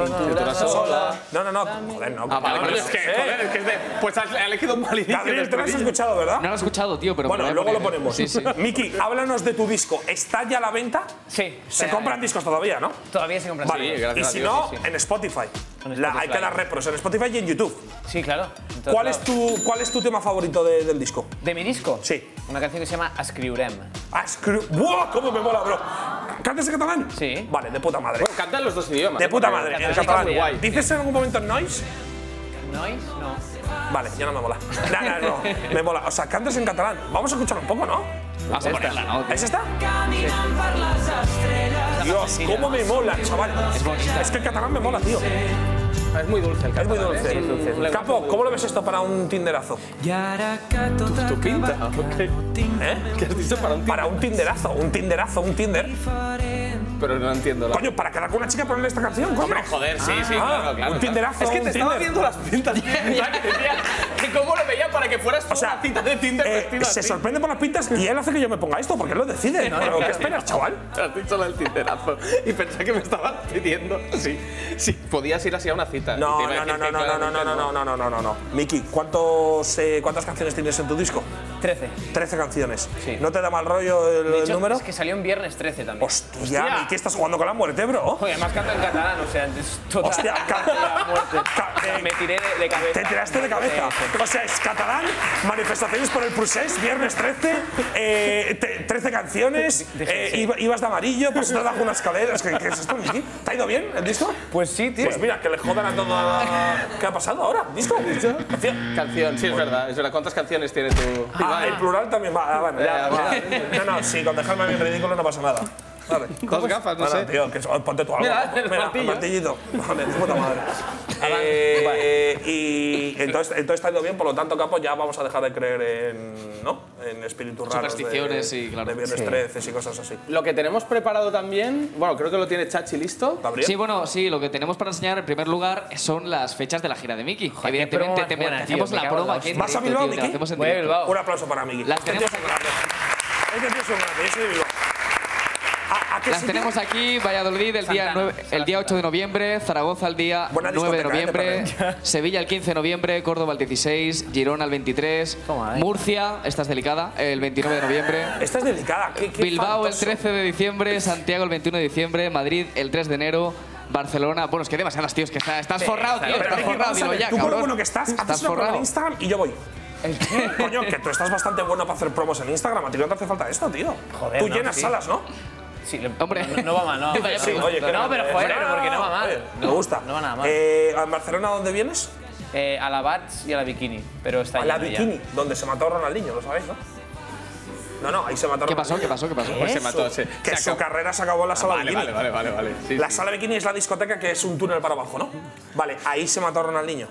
[SPEAKER 1] Cintura sola.
[SPEAKER 3] No, no, no. Joder, no.
[SPEAKER 1] Ah, vale,
[SPEAKER 3] no,
[SPEAKER 1] pero
[SPEAKER 3] no
[SPEAKER 1] es que,
[SPEAKER 3] sé.
[SPEAKER 1] joder, es que es de. Pues has- ha elegido un mal inicio.
[SPEAKER 3] Gabriel,
[SPEAKER 1] del
[SPEAKER 3] te lo has
[SPEAKER 1] estribillo.
[SPEAKER 3] escuchado, ¿verdad?
[SPEAKER 5] No lo he escuchado, tío, pero.
[SPEAKER 3] Bueno,
[SPEAKER 5] me
[SPEAKER 3] luego
[SPEAKER 5] voy a
[SPEAKER 3] lo
[SPEAKER 5] poner.
[SPEAKER 3] ponemos.
[SPEAKER 5] Sí, sí.
[SPEAKER 3] Miki, háblanos de tu disco. ¿Está ya a la venta?
[SPEAKER 12] Sí.
[SPEAKER 3] Se
[SPEAKER 12] espera,
[SPEAKER 3] compran discos todavía, ¿no?
[SPEAKER 12] Todavía se compran.
[SPEAKER 3] Vale, y
[SPEAKER 1] gracias a
[SPEAKER 3] si
[SPEAKER 1] Dios,
[SPEAKER 3] no,
[SPEAKER 1] sí,
[SPEAKER 3] en Spotify.
[SPEAKER 12] En
[SPEAKER 3] La- hay
[SPEAKER 12] Spotify.
[SPEAKER 3] que dar repros en Spotify y en YouTube.
[SPEAKER 12] Sí, claro. En todos
[SPEAKER 3] ¿Cuál es,
[SPEAKER 12] lados.
[SPEAKER 3] tu, ¿Cuál es tu tema favorito de- del disco?
[SPEAKER 12] ¿De mi disco?
[SPEAKER 3] Sí.
[SPEAKER 12] Una canción que se llama Ascriurem.
[SPEAKER 3] Ascru- ¡Buah! ¿Cómo me mola, bro? ¿Cantas en catalán?
[SPEAKER 12] Sí.
[SPEAKER 3] Vale, de puta madre.
[SPEAKER 1] Bueno, cantan los dos idiomas.
[SPEAKER 3] De
[SPEAKER 1] ¿eh?
[SPEAKER 3] puta
[SPEAKER 1] Porque
[SPEAKER 3] madre, en
[SPEAKER 1] es
[SPEAKER 3] catalán.
[SPEAKER 1] muy guay.
[SPEAKER 3] ¿Dices en algún momento noise?
[SPEAKER 12] ¿Noise? No.
[SPEAKER 3] Vale, ya no me mola. No, no, no, me mola. O sea, cantas en catalán. Vamos a escuchar un poco, ¿no?
[SPEAKER 5] Vamos a ponerla, ¿no?
[SPEAKER 3] ¿Es esta? Dios,
[SPEAKER 12] sencilla,
[SPEAKER 3] cómo me mola, chaval. Es que el catalán me mola, tío.
[SPEAKER 1] Es muy dulce el
[SPEAKER 3] Es muy
[SPEAKER 1] catalán, ¿eh?
[SPEAKER 3] dulce.
[SPEAKER 1] Sí, un lenguaje
[SPEAKER 3] Capo,
[SPEAKER 1] muy
[SPEAKER 3] ¿cómo lo ves esto para un tinderazo?
[SPEAKER 1] dulce. Tu pinta, ok.
[SPEAKER 3] ¿Eh?
[SPEAKER 1] ¿Qué has dicho para un
[SPEAKER 3] Para un tinderazo, un tinderazo, un tinder.
[SPEAKER 1] Pero no entiendo la.
[SPEAKER 3] Coño, para quedar con una chica ponerle esta canción, coño.
[SPEAKER 1] Hombre, joder, sí, sí,
[SPEAKER 3] Ah,
[SPEAKER 1] claro, claro.
[SPEAKER 3] un
[SPEAKER 1] claro.
[SPEAKER 3] Tinderazo,
[SPEAKER 1] Es que
[SPEAKER 3] un
[SPEAKER 1] te estaba
[SPEAKER 3] Tinder.
[SPEAKER 1] viendo las pintas. tío, que decía que ¿Cómo lo veía para que fueras tú
[SPEAKER 3] O sea,
[SPEAKER 1] una cita de Tinder
[SPEAKER 3] eh,
[SPEAKER 1] vestida
[SPEAKER 3] se
[SPEAKER 1] así?
[SPEAKER 3] sorprende por las pintas y él hace que yo me ponga esto porque él lo decide. ¿no? Pero, ¿Qué esperas, chaval?
[SPEAKER 1] Te has dicho lo del tinterazo y pensé que me estabas pidiendo si, si podías ir así a una cita. Y te
[SPEAKER 3] No,
[SPEAKER 1] iba a
[SPEAKER 3] no,
[SPEAKER 1] decir
[SPEAKER 3] no, no,
[SPEAKER 1] que
[SPEAKER 3] no, no, no,
[SPEAKER 1] claramente
[SPEAKER 3] no, no, no, no, no, no, no. Miki, ¿cuántos, eh, ¿cuántas canciones tienes en tu disco?
[SPEAKER 11] 13.
[SPEAKER 3] 13 canciones. ¿No te da mal rollo el,
[SPEAKER 11] De
[SPEAKER 3] el
[SPEAKER 11] hecho,
[SPEAKER 3] número?
[SPEAKER 11] Es que salió en viernes 13 también.
[SPEAKER 3] Ya, ¿y qué estás jugando con la muerte, bro?
[SPEAKER 11] Joder, además canta en catalán, o sea, es total.
[SPEAKER 3] Hostia,
[SPEAKER 11] la muerte. O sea, me tiré de, de cabeza.
[SPEAKER 3] Te tiraste de cabeza.
[SPEAKER 11] Sí,
[SPEAKER 3] O sea, es catalán, manifestaciones por el procés, viernes 13, eh, te- 13 canciones, eh, iba- ibas de amarillo, pues no algunas una escalera. Es que, ¿qué es esto, Miki? ¿Te ha ido bien el disco?
[SPEAKER 11] Pues sí, tío.
[SPEAKER 3] Pues mira, que le jodan a toda. ¿Qué ha pasado ahora? ¿Disco? Canción.
[SPEAKER 1] Canción, sí, es verdad, es verdad. ¿Cuántas canciones tiene tu.?
[SPEAKER 3] Ah,
[SPEAKER 1] Ibai?
[SPEAKER 3] el plural también va. Ah, vale, ya,
[SPEAKER 1] Ya,
[SPEAKER 3] va. No, no, sí, con dejarme a mí en ridículo no pasa nada. Vale.
[SPEAKER 1] Dos gafas, no
[SPEAKER 3] Bueno,
[SPEAKER 1] sé.
[SPEAKER 3] tío, que so- ponte tú algo.
[SPEAKER 1] Mira, el martillo.
[SPEAKER 3] martillito. Vale, de puta madre. Eh, y entonces, entonces está yendo bien, por lo tanto, Capo, ya vamos a dejar de creer en, ¿no? en espíritus raros.
[SPEAKER 1] Supersticiones
[SPEAKER 3] de,
[SPEAKER 1] y, claro.
[SPEAKER 3] De viernes
[SPEAKER 1] Sí.
[SPEAKER 3] 13 y cosas así.
[SPEAKER 1] Lo que tenemos preparado también, bueno, creo que lo tiene Chachi listo.
[SPEAKER 5] Sí, bueno, sí, lo que tenemos para enseñar en primer lugar son las fechas de la gira de Mickey.
[SPEAKER 11] promo
[SPEAKER 5] Evidentemente,
[SPEAKER 11] más
[SPEAKER 5] te
[SPEAKER 11] buena,
[SPEAKER 5] te
[SPEAKER 11] tío,
[SPEAKER 5] hacemos
[SPEAKER 11] me
[SPEAKER 5] la
[SPEAKER 11] cago en
[SPEAKER 5] broma
[SPEAKER 11] la
[SPEAKER 5] aquí en
[SPEAKER 11] hostia. ¿Vas a
[SPEAKER 3] Bilbao,
[SPEAKER 5] directo, tío, te la
[SPEAKER 3] Miki?
[SPEAKER 5] hacemos en
[SPEAKER 3] Voy a
[SPEAKER 5] directo.
[SPEAKER 3] Un aplauso para Miki.
[SPEAKER 5] Las
[SPEAKER 3] Este tío
[SPEAKER 5] tenemos
[SPEAKER 3] es un grande. Este tío es un grande, yo soy de Bilbao. ¿A, a qué
[SPEAKER 5] Las
[SPEAKER 3] sitio?
[SPEAKER 5] tenemos aquí, Valladolid el día,
[SPEAKER 3] Santana,
[SPEAKER 5] nueve- el día 8 de noviembre, Zaragoza el día
[SPEAKER 3] Buena
[SPEAKER 5] 9 de
[SPEAKER 3] discoteca, ¿eh?
[SPEAKER 5] noviembre, Sevilla el 15 de noviembre, Córdoba el 16, Girona el 23,
[SPEAKER 3] eh.
[SPEAKER 5] Murcia, esta es delicada, el 29 de noviembre,
[SPEAKER 3] Esta es delicada. ¿Qué, qué
[SPEAKER 5] Bilbao
[SPEAKER 3] fantoso.
[SPEAKER 5] el 13 de diciembre, Santiago el 21 de diciembre, Madrid el 3 de enero, Barcelona, bueno, es que hay demasiadas, tíos, que está- estás
[SPEAKER 3] Sí,
[SPEAKER 5] forrado,
[SPEAKER 3] está
[SPEAKER 5] tío,
[SPEAKER 3] bien.
[SPEAKER 5] estás
[SPEAKER 3] Pero, Miki,
[SPEAKER 5] forrado,
[SPEAKER 3] vamos a
[SPEAKER 5] dilo
[SPEAKER 3] ver,
[SPEAKER 5] ya,
[SPEAKER 3] Tú por lo
[SPEAKER 5] cabrón.
[SPEAKER 3] bueno que estás, haces
[SPEAKER 5] estás
[SPEAKER 3] una promo en
[SPEAKER 5] forrado.
[SPEAKER 3] Instagram y yo voy. Coño, que tú estás bastante bueno para hacer promos en Instagram. A ti no te hace falta esto, tío.
[SPEAKER 11] Joder,
[SPEAKER 3] Tú
[SPEAKER 11] no,
[SPEAKER 3] llenas
[SPEAKER 11] sí.
[SPEAKER 3] salas, ¿no?
[SPEAKER 11] Sí, le-
[SPEAKER 5] Hombre.
[SPEAKER 11] No, no va mal, no va mal.
[SPEAKER 3] Sí, oye, que
[SPEAKER 11] no, pero joder,
[SPEAKER 3] no,
[SPEAKER 11] porque no va
[SPEAKER 3] oye,
[SPEAKER 11] mal.
[SPEAKER 3] Me gusta.
[SPEAKER 11] No va nada mal.
[SPEAKER 3] Eh, ¿En Barcelona dónde vienes?
[SPEAKER 11] Eh, a la Bats y a la Bikini, pero está
[SPEAKER 3] A la
[SPEAKER 11] lleno ya.
[SPEAKER 3] Bikini, donde se mató Ronaldinho, lo sabéis, ¿no? No, no, ahí se mató
[SPEAKER 5] ¿Qué pasó?
[SPEAKER 3] Ronaldinho.
[SPEAKER 5] ¿Qué pasó? ¿Qué pasó?
[SPEAKER 1] Pues se mató, sí.
[SPEAKER 3] Que
[SPEAKER 1] Se
[SPEAKER 3] su
[SPEAKER 1] acabó.
[SPEAKER 3] carrera se acabó en la
[SPEAKER 1] Ah,
[SPEAKER 3] sala
[SPEAKER 1] vale,
[SPEAKER 3] bikini.
[SPEAKER 1] vale, vale, vale, vale. Sí,
[SPEAKER 3] la
[SPEAKER 1] sí.
[SPEAKER 3] sala bikini es la discoteca que es un túnel para abajo, ¿no? Vale, ahí se mató Ronaldinho.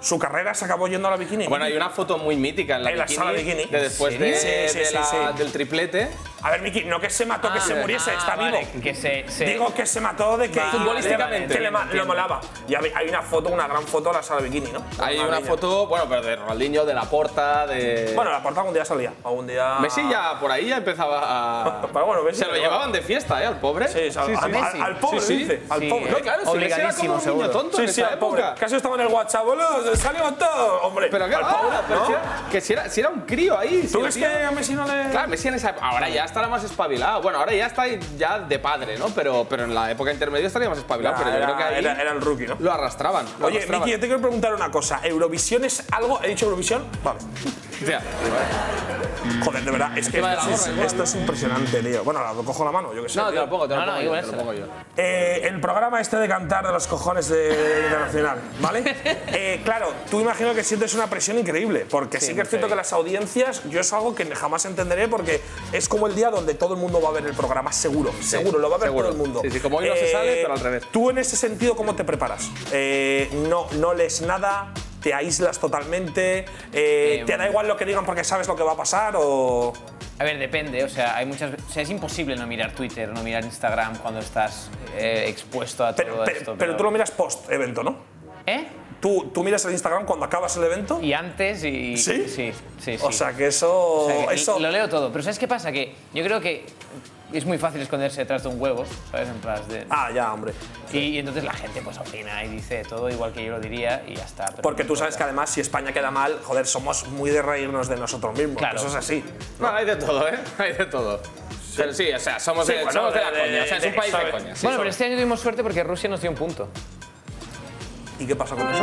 [SPEAKER 3] Su carrera se acabó yendo a la bikini.
[SPEAKER 1] Bueno, hay una foto muy mítica en la,
[SPEAKER 3] En la sala bikini.
[SPEAKER 1] de después de,
[SPEAKER 3] ¿En serio? Sí, sí,
[SPEAKER 1] de
[SPEAKER 3] sí,
[SPEAKER 1] la-
[SPEAKER 3] sí.
[SPEAKER 1] del triplete.
[SPEAKER 3] A ver, Miki, no que se mató, que
[SPEAKER 1] Ah,
[SPEAKER 3] se muriese,
[SPEAKER 11] ah,
[SPEAKER 3] está
[SPEAKER 11] vale,
[SPEAKER 3] vivo.
[SPEAKER 11] Que se, se-
[SPEAKER 3] Digo que se mató de que.
[SPEAKER 1] Vale, futbolísticamente.
[SPEAKER 3] Que le, ma-
[SPEAKER 1] Entiendo.
[SPEAKER 3] lo molaba. Y hab- hay una foto, una gran foto de la sala bikini, ¿no?
[SPEAKER 1] Hay una
[SPEAKER 3] Ronaldinho.
[SPEAKER 1] foto, bueno, pero de Ronaldinho, de la porta, de.
[SPEAKER 3] Bueno, la portada algún día salía. Algún día.
[SPEAKER 1] Messi ya por ahí ya empezaba a.
[SPEAKER 3] Pero bueno, Messi
[SPEAKER 1] se lo
[SPEAKER 3] lo
[SPEAKER 1] llevaban de fiesta, ¿eh? Al pobre.
[SPEAKER 3] Sí, al,
[SPEAKER 1] sí,
[SPEAKER 3] al-
[SPEAKER 1] Messi.
[SPEAKER 3] al pobre,
[SPEAKER 1] Sí, sí.
[SPEAKER 3] dice. Al
[SPEAKER 1] Sí,
[SPEAKER 3] pobre.
[SPEAKER 1] No, claro, si Messi era como un niño tonto en
[SPEAKER 3] Sí, sí,
[SPEAKER 1] esa
[SPEAKER 3] al pobre.
[SPEAKER 1] época.
[SPEAKER 3] Casi estaba en el WhatsApp, boludo. Se ha levantado. Hombre,
[SPEAKER 1] Pero qué
[SPEAKER 3] al
[SPEAKER 1] va,
[SPEAKER 3] pobre,
[SPEAKER 1] pero
[SPEAKER 3] ¿no?
[SPEAKER 1] si era, que si era, si era un crío ahí. si
[SPEAKER 3] ¿Tú
[SPEAKER 1] lo
[SPEAKER 3] ves que
[SPEAKER 1] tía-
[SPEAKER 3] a Messi no le.?
[SPEAKER 1] Claro, Messi en esa Ahora ya estará más espabilado. Bueno, ahora ya está ya de padre, ¿no? Pero, pero en la época intermedia estaría más espabilado. pero yo
[SPEAKER 3] Era-
[SPEAKER 1] creo que ahí
[SPEAKER 3] Ah, era, era el rookie, ¿no?
[SPEAKER 1] lo arrastraban. lo
[SPEAKER 3] Oye,
[SPEAKER 1] arrastraban.
[SPEAKER 3] Miki, yo te quiero preguntar una cosa. ¿Eurovisión es algo? ¿He dicho Eurovisión? Vale.
[SPEAKER 1] O sea,
[SPEAKER 3] Joder, de verdad, es que
[SPEAKER 1] Encima de la
[SPEAKER 3] esto, es,
[SPEAKER 1] gorra, igual,
[SPEAKER 3] esto es impresionante, tío. Bueno, la cojo la mano, yo que sé.
[SPEAKER 1] no, te
[SPEAKER 3] tío.
[SPEAKER 1] lo pongo, te lo
[SPEAKER 11] No, no,
[SPEAKER 1] pongo yo,
[SPEAKER 11] igual
[SPEAKER 1] te
[SPEAKER 11] es
[SPEAKER 1] lo pongo yo.
[SPEAKER 3] Eh, el programa este de cantar de los cojones de Internacional, ¿vale? Eh, claro, tú imagino que sientes una presión increíble, porque sí, que es cierto que las audiencias, yo es algo que jamás entenderé, porque es como el día donde todo el mundo va a ver el programa, seguro, seguro, lo va a ver
[SPEAKER 1] seguro.
[SPEAKER 3] todo el mundo. Eh,
[SPEAKER 1] Sí, sí, como hoy no se sale, pero al revés.
[SPEAKER 3] Tú en ese sentido, ¿cómo te preparas? Eh, no, no lees nada, te aíslas totalmente, eh, te da igual lo que digan porque sabes lo que va a pasar o...
[SPEAKER 11] A ver, depende, o sea, hay muchas o sea, es imposible no mirar Twitter, no mirar Instagram cuando estás eh, expuesto a todo
[SPEAKER 3] Pero, pero-
[SPEAKER 11] esto.
[SPEAKER 3] pero tú lo miras post evento, ¿no?
[SPEAKER 11] ¿Eh?
[SPEAKER 3] Tú, tú miras el Instagram cuando acabas el evento.
[SPEAKER 11] Y antes y…
[SPEAKER 3] ¿Sí?
[SPEAKER 11] Sí, sí, sí.
[SPEAKER 3] O sea que eso.
[SPEAKER 11] O sea, que
[SPEAKER 3] eso
[SPEAKER 11] Lo leo todo, pero ¿sabes qué pasa? Que yo creo que es muy fácil esconderse detrás de un huevo, ¿sabes? En plan de…
[SPEAKER 3] ah, ya, hombre.
[SPEAKER 11] Y, y entonces la gente pues opina y dice todo igual que yo lo diría y ya está. pero
[SPEAKER 3] Porque
[SPEAKER 11] no
[SPEAKER 3] tú sabes que
[SPEAKER 11] importa.
[SPEAKER 3] además, si España queda mal, joder, somos muy de reírnos de nosotros mismos.
[SPEAKER 11] Claro.
[SPEAKER 3] Eso es así.
[SPEAKER 1] No, hay de todo, ¿eh? Hay de todo. Pero sí, o sea, somos,
[SPEAKER 3] Sí,
[SPEAKER 1] de,
[SPEAKER 3] bueno,
[SPEAKER 1] somos de la
[SPEAKER 3] de-
[SPEAKER 1] coña. O sea, es
[SPEAKER 3] de-
[SPEAKER 1] un país
[SPEAKER 3] ¿sabes?
[SPEAKER 1] de coña. sí.
[SPEAKER 11] Bueno, pero este año tuvimos suerte porque Rusia nos dio un punto.
[SPEAKER 3] ¿Y qué pasa con eso?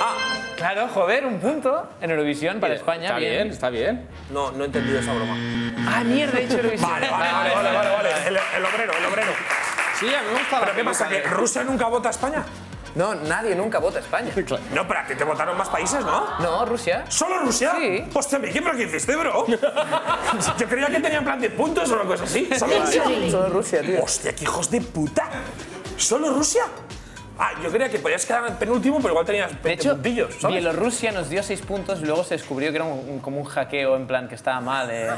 [SPEAKER 3] Ah,
[SPEAKER 11] Claro, joder, un punto en Eurovisión para España.
[SPEAKER 1] Está bien, está bien.
[SPEAKER 3] no, no he entendido esa broma.
[SPEAKER 11] Ah, mierda, he dicho Eurovisión.
[SPEAKER 3] Vale, vale, vale, vale, vale, vale. El, el obrero, el obrero.
[SPEAKER 1] Sí, a mí me gusta la
[SPEAKER 3] ¿Pero qué pasa? ¿Que
[SPEAKER 1] película
[SPEAKER 3] Rusia nunca vota a España?
[SPEAKER 11] No, nadie nunca vota a España.
[SPEAKER 3] No, pero a ti te votaron más países, ¿no?
[SPEAKER 11] No, Rusia.
[SPEAKER 3] ¿Solo Rusia?
[SPEAKER 11] Sí.
[SPEAKER 3] Hostia, Miki, ¿pero qué hiciste, bro? Yo creía que tenían plan 10 puntos o una cosa así. ¿Solo Rusia?
[SPEAKER 11] Solo Rusia, tío.
[SPEAKER 3] Hostia, qué hijos de puta. ¿Solo Rusia? Ah, yo creía que podías quedar en penúltimo, pero igual tenías
[SPEAKER 11] De
[SPEAKER 3] 20
[SPEAKER 11] hecho,
[SPEAKER 3] puntillos, ¿sabes?
[SPEAKER 11] Bielorrusia nos dio seis puntos y luego se descubrió que era un- un- como un hackeo en plan que estaba mal. eh.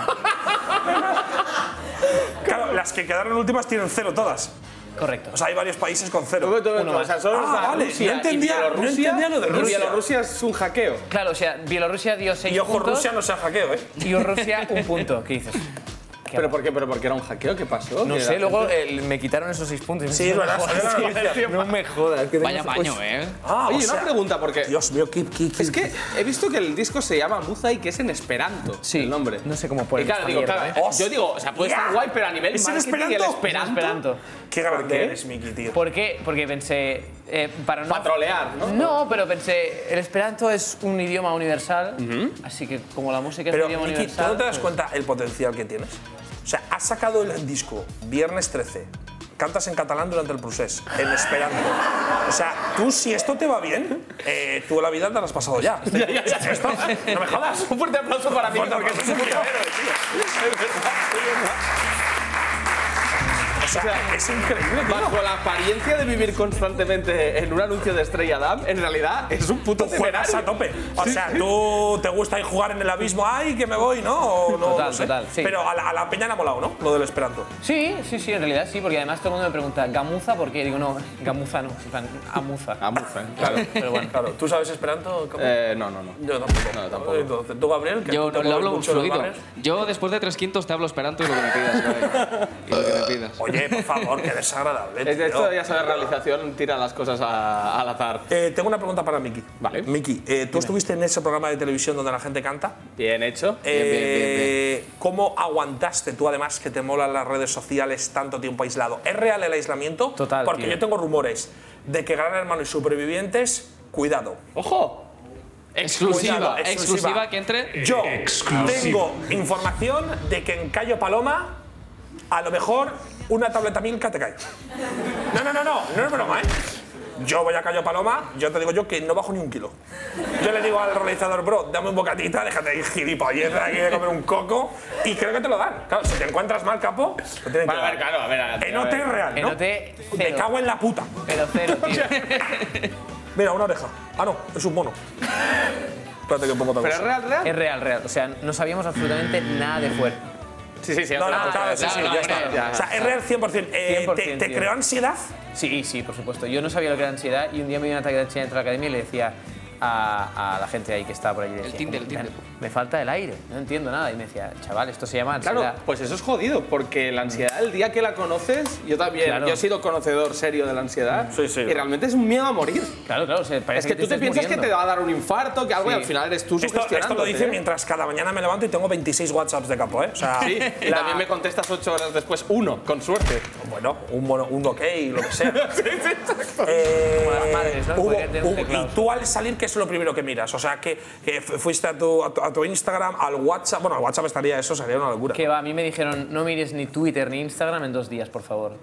[SPEAKER 3] Claro, las que quedaron últimas tienen cero todas.
[SPEAKER 11] Correcto.
[SPEAKER 3] O sea, hay varios países con cero.
[SPEAKER 1] Un momento, un momento,
[SPEAKER 11] Uno
[SPEAKER 1] O sea, solo
[SPEAKER 3] más.
[SPEAKER 1] está
[SPEAKER 3] Ah, vale,
[SPEAKER 1] Rusia
[SPEAKER 3] no entendía-
[SPEAKER 1] y
[SPEAKER 3] no
[SPEAKER 1] Bielorrusia.
[SPEAKER 3] entendía lo de
[SPEAKER 1] y
[SPEAKER 3] Rusia.
[SPEAKER 1] Bielorrusia es un hackeo.
[SPEAKER 11] Claro, o sea, Bielorrusia dio seis
[SPEAKER 3] Y ojo,
[SPEAKER 11] puntos
[SPEAKER 3] Rusia no sea hackeo, ¿eh?
[SPEAKER 11] y Rusia un punto. ¿Qué dices?
[SPEAKER 1] ¿Pero por qué? ¿Pero porque era un hackeo? ¿Qué pasó?
[SPEAKER 11] No
[SPEAKER 1] ¿Qué
[SPEAKER 11] sé,
[SPEAKER 1] era?
[SPEAKER 11] luego eh, me quitaron esos seis puntos.
[SPEAKER 1] Sí, es verdad,
[SPEAKER 11] jodas,
[SPEAKER 1] salió la
[SPEAKER 11] tío,
[SPEAKER 1] noticia.
[SPEAKER 11] no me jodas. que
[SPEAKER 5] Vaya
[SPEAKER 11] tenemos-
[SPEAKER 5] baño,
[SPEAKER 11] Uy.
[SPEAKER 5] ¿eh?
[SPEAKER 1] Ah, Oye,
[SPEAKER 11] o sea,
[SPEAKER 1] una pregunta, porque.
[SPEAKER 11] Dios mío, qué.
[SPEAKER 1] Es que he visto que el disco se llama Muzai, que es en esperanto. Sí. El nombre.
[SPEAKER 11] No sé cómo
[SPEAKER 1] Y
[SPEAKER 11] puede
[SPEAKER 1] claro, digo, claro, yo digo, o sea, puede estar guay, pero a nivel
[SPEAKER 11] ¿eh? ¿Es en
[SPEAKER 1] marketing,
[SPEAKER 11] esperanto?
[SPEAKER 1] el esperanto.
[SPEAKER 11] Es en esperanto.
[SPEAKER 3] Qué
[SPEAKER 11] grande
[SPEAKER 1] qué?
[SPEAKER 3] eres, Miki, tío.
[SPEAKER 11] ¿Por qué? Porque pensé. eh, para no.
[SPEAKER 1] trolear, ¿no?
[SPEAKER 11] No, pero pensé. El esperanto es un idioma universal, así que como la música es
[SPEAKER 3] Pero,
[SPEAKER 11] un idioma
[SPEAKER 3] Miki, ¿tú
[SPEAKER 11] universal.
[SPEAKER 3] no te das
[SPEAKER 11] pues-
[SPEAKER 3] cuenta el potencial que tienes? O sea, has sacado el disco viernes 13. Cantas en catalán durante el proceso, en esperanto. O sea, tú, si esto te va bien, eh, tú la vida te la has pasado ya. Esto, no me jodas.
[SPEAKER 1] Un fuerte aplauso para mí.
[SPEAKER 3] Fuerte
[SPEAKER 1] porque
[SPEAKER 3] aplauso.
[SPEAKER 1] es un puto héroe, tío. Es verdad, es verdad.
[SPEAKER 3] O sea, es increíble.
[SPEAKER 1] Bajo la apariencia de vivir constantemente en un anuncio de Estrella Damm, en realidad es un puto
[SPEAKER 3] Juegas
[SPEAKER 1] temerario.
[SPEAKER 3] a tope. O
[SPEAKER 1] Sí,
[SPEAKER 3] sea,
[SPEAKER 1] sí.
[SPEAKER 3] tú te gusta ir jugar en el abismo, ay, que me voy, ¿no? O no,
[SPEAKER 11] Total,
[SPEAKER 3] no sé.
[SPEAKER 11] total, sí.
[SPEAKER 3] Pero a la, a la peña le ha molado, ¿no? Lo del esperanto.
[SPEAKER 11] Sí, sí, sí, en realidad sí, porque además todo el mundo me pregunta, ¿gamuza por qué? Digo, no, gamuza no, en plan, amuza.
[SPEAKER 1] Amuza, claro.
[SPEAKER 11] Pero bueno.
[SPEAKER 3] Claro, ¿tú sabes esperanto? ¿Cómo?
[SPEAKER 1] Eh, no, no, no.
[SPEAKER 3] Yo tampoco.
[SPEAKER 1] No, tampoco.
[SPEAKER 3] Entonces, tú, Gabriel, que
[SPEAKER 5] Yo
[SPEAKER 3] tú
[SPEAKER 5] no
[SPEAKER 3] te
[SPEAKER 5] le
[SPEAKER 3] mueves
[SPEAKER 5] hablo
[SPEAKER 3] mucho en los
[SPEAKER 5] fluido.
[SPEAKER 3] bares.
[SPEAKER 5] Yo después de tres quintos te hablo esperanto y lo que me pidas. ¿vale? Y lo que me pidas.
[SPEAKER 3] Oye, por favor, qué desagradable.
[SPEAKER 1] Es de
[SPEAKER 3] tío.
[SPEAKER 1] esto ya sabes, realización tira las cosas a- al azar.
[SPEAKER 3] Eh, tengo una pregunta para Miki.
[SPEAKER 1] Vale.
[SPEAKER 3] Miki, eh, tú estuviste en ese programa de televisión donde la gente canta.
[SPEAKER 1] Bien hecho.
[SPEAKER 3] Eh, ¿Cómo aguantaste tú, además, que te molan las redes sociales tanto tiempo aislado? ¿Es real el aislamiento?
[SPEAKER 11] Total,
[SPEAKER 3] Porque
[SPEAKER 11] tío.
[SPEAKER 3] yo tengo rumores de que Gran Hermano y Supervivientes, cuidado.
[SPEAKER 1] ¡Ojo!
[SPEAKER 5] Exclusiva,
[SPEAKER 3] Cuidado,
[SPEAKER 5] exclusiva que entre.
[SPEAKER 3] Yo tengo información de que en Cayo Paloma, a lo mejor una tableta milka te cae. No, no, no, no, no es broma, ¿eh? Yo voy a Cayo Paloma, yo te digo yo que no bajo ni un kilo. Yo le digo al realizador, bro, dame un bocatita, déjate de ir gilipollez de aquí de comer un coco, y creo que te lo dan. Claro, si te encuentras mal, capo, te tienen
[SPEAKER 1] Bueno,
[SPEAKER 3] que
[SPEAKER 1] a ver,
[SPEAKER 3] dar.
[SPEAKER 1] claro, a ver. a ver,
[SPEAKER 3] En
[SPEAKER 1] a
[SPEAKER 3] OT
[SPEAKER 1] ver.
[SPEAKER 3] real, ¿no?
[SPEAKER 11] En OT,
[SPEAKER 3] Me
[SPEAKER 11] cero.
[SPEAKER 3] cago en la puta.
[SPEAKER 11] Pero cero, tío.
[SPEAKER 3] Mira, una oreja. Ah, no, es un mono. Espérate que pongo otra
[SPEAKER 1] ¿Pero es
[SPEAKER 3] cosa.
[SPEAKER 1] real, real?
[SPEAKER 11] Es real, real. O sea, no sabíamos absolutamente nada de fuera.
[SPEAKER 1] Sí, sí, sí. es
[SPEAKER 3] No, no,
[SPEAKER 1] real.
[SPEAKER 3] claro, sí, sí,
[SPEAKER 5] no,
[SPEAKER 3] ya
[SPEAKER 5] no,
[SPEAKER 3] está.
[SPEAKER 5] no,
[SPEAKER 1] ya
[SPEAKER 3] O sea, es real 100%. Eh,
[SPEAKER 11] 100%,
[SPEAKER 3] ¿Te, te
[SPEAKER 11] tío.
[SPEAKER 3] creó ansiedad?
[SPEAKER 11] Sí, sí, por supuesto. Yo no sabía lo que era ansiedad y un día me dio un ataque de ansiedad dentro de la academia y le decía a, a la gente ahí que estaba por allí. le decía,
[SPEAKER 5] Tinder, el Tinder.
[SPEAKER 11] Me falta el aire, no entiendo nada. Y me decía, chaval, esto se llama ansiedad.
[SPEAKER 1] Claro, pues eso es jodido, porque la ansiedad, el día que la conoces, yo también,
[SPEAKER 11] Claro.
[SPEAKER 1] yo he sido conocedor serio de la ansiedad,
[SPEAKER 3] Sí, sí.
[SPEAKER 1] y realmente es un miedo a morir.
[SPEAKER 11] claro, claro, se
[SPEAKER 1] Es
[SPEAKER 11] parece
[SPEAKER 1] que, tú te
[SPEAKER 11] estés
[SPEAKER 1] piensas que te
[SPEAKER 11] muriendo.
[SPEAKER 1] va a dar un infarto, que algo, y
[SPEAKER 11] Sí.
[SPEAKER 1] al final eres tú
[SPEAKER 3] Esto, esto lo
[SPEAKER 1] sugestionándote,
[SPEAKER 3] dice
[SPEAKER 1] ¿eh?
[SPEAKER 3] mientras cada mañana me levanto y tengo 26 WhatsApps de campo, ¿eh? O sea,
[SPEAKER 1] Sí, y
[SPEAKER 3] la-
[SPEAKER 1] también me contestas ocho horas después, uno, con suerte.
[SPEAKER 3] Bueno, un, mono, un ok, lo que sea.
[SPEAKER 1] Sí, sí, exacto.
[SPEAKER 3] Eh,
[SPEAKER 11] Como las madres, ¿no?
[SPEAKER 3] hubo-
[SPEAKER 11] Podrían tener un
[SPEAKER 3] hubo-
[SPEAKER 11] teclado.
[SPEAKER 3] y tú al salir, ¿qué es lo primero que miras? O sea, que, que fu- fuiste a tu, a, tu, a tu Instagram, al WhatsApp. Bueno, al WhatsApp estaría eso, sería una locura.
[SPEAKER 11] Que va, a mí me dijeron, no mires ni Twitter ni Instagram en dos días, por favor.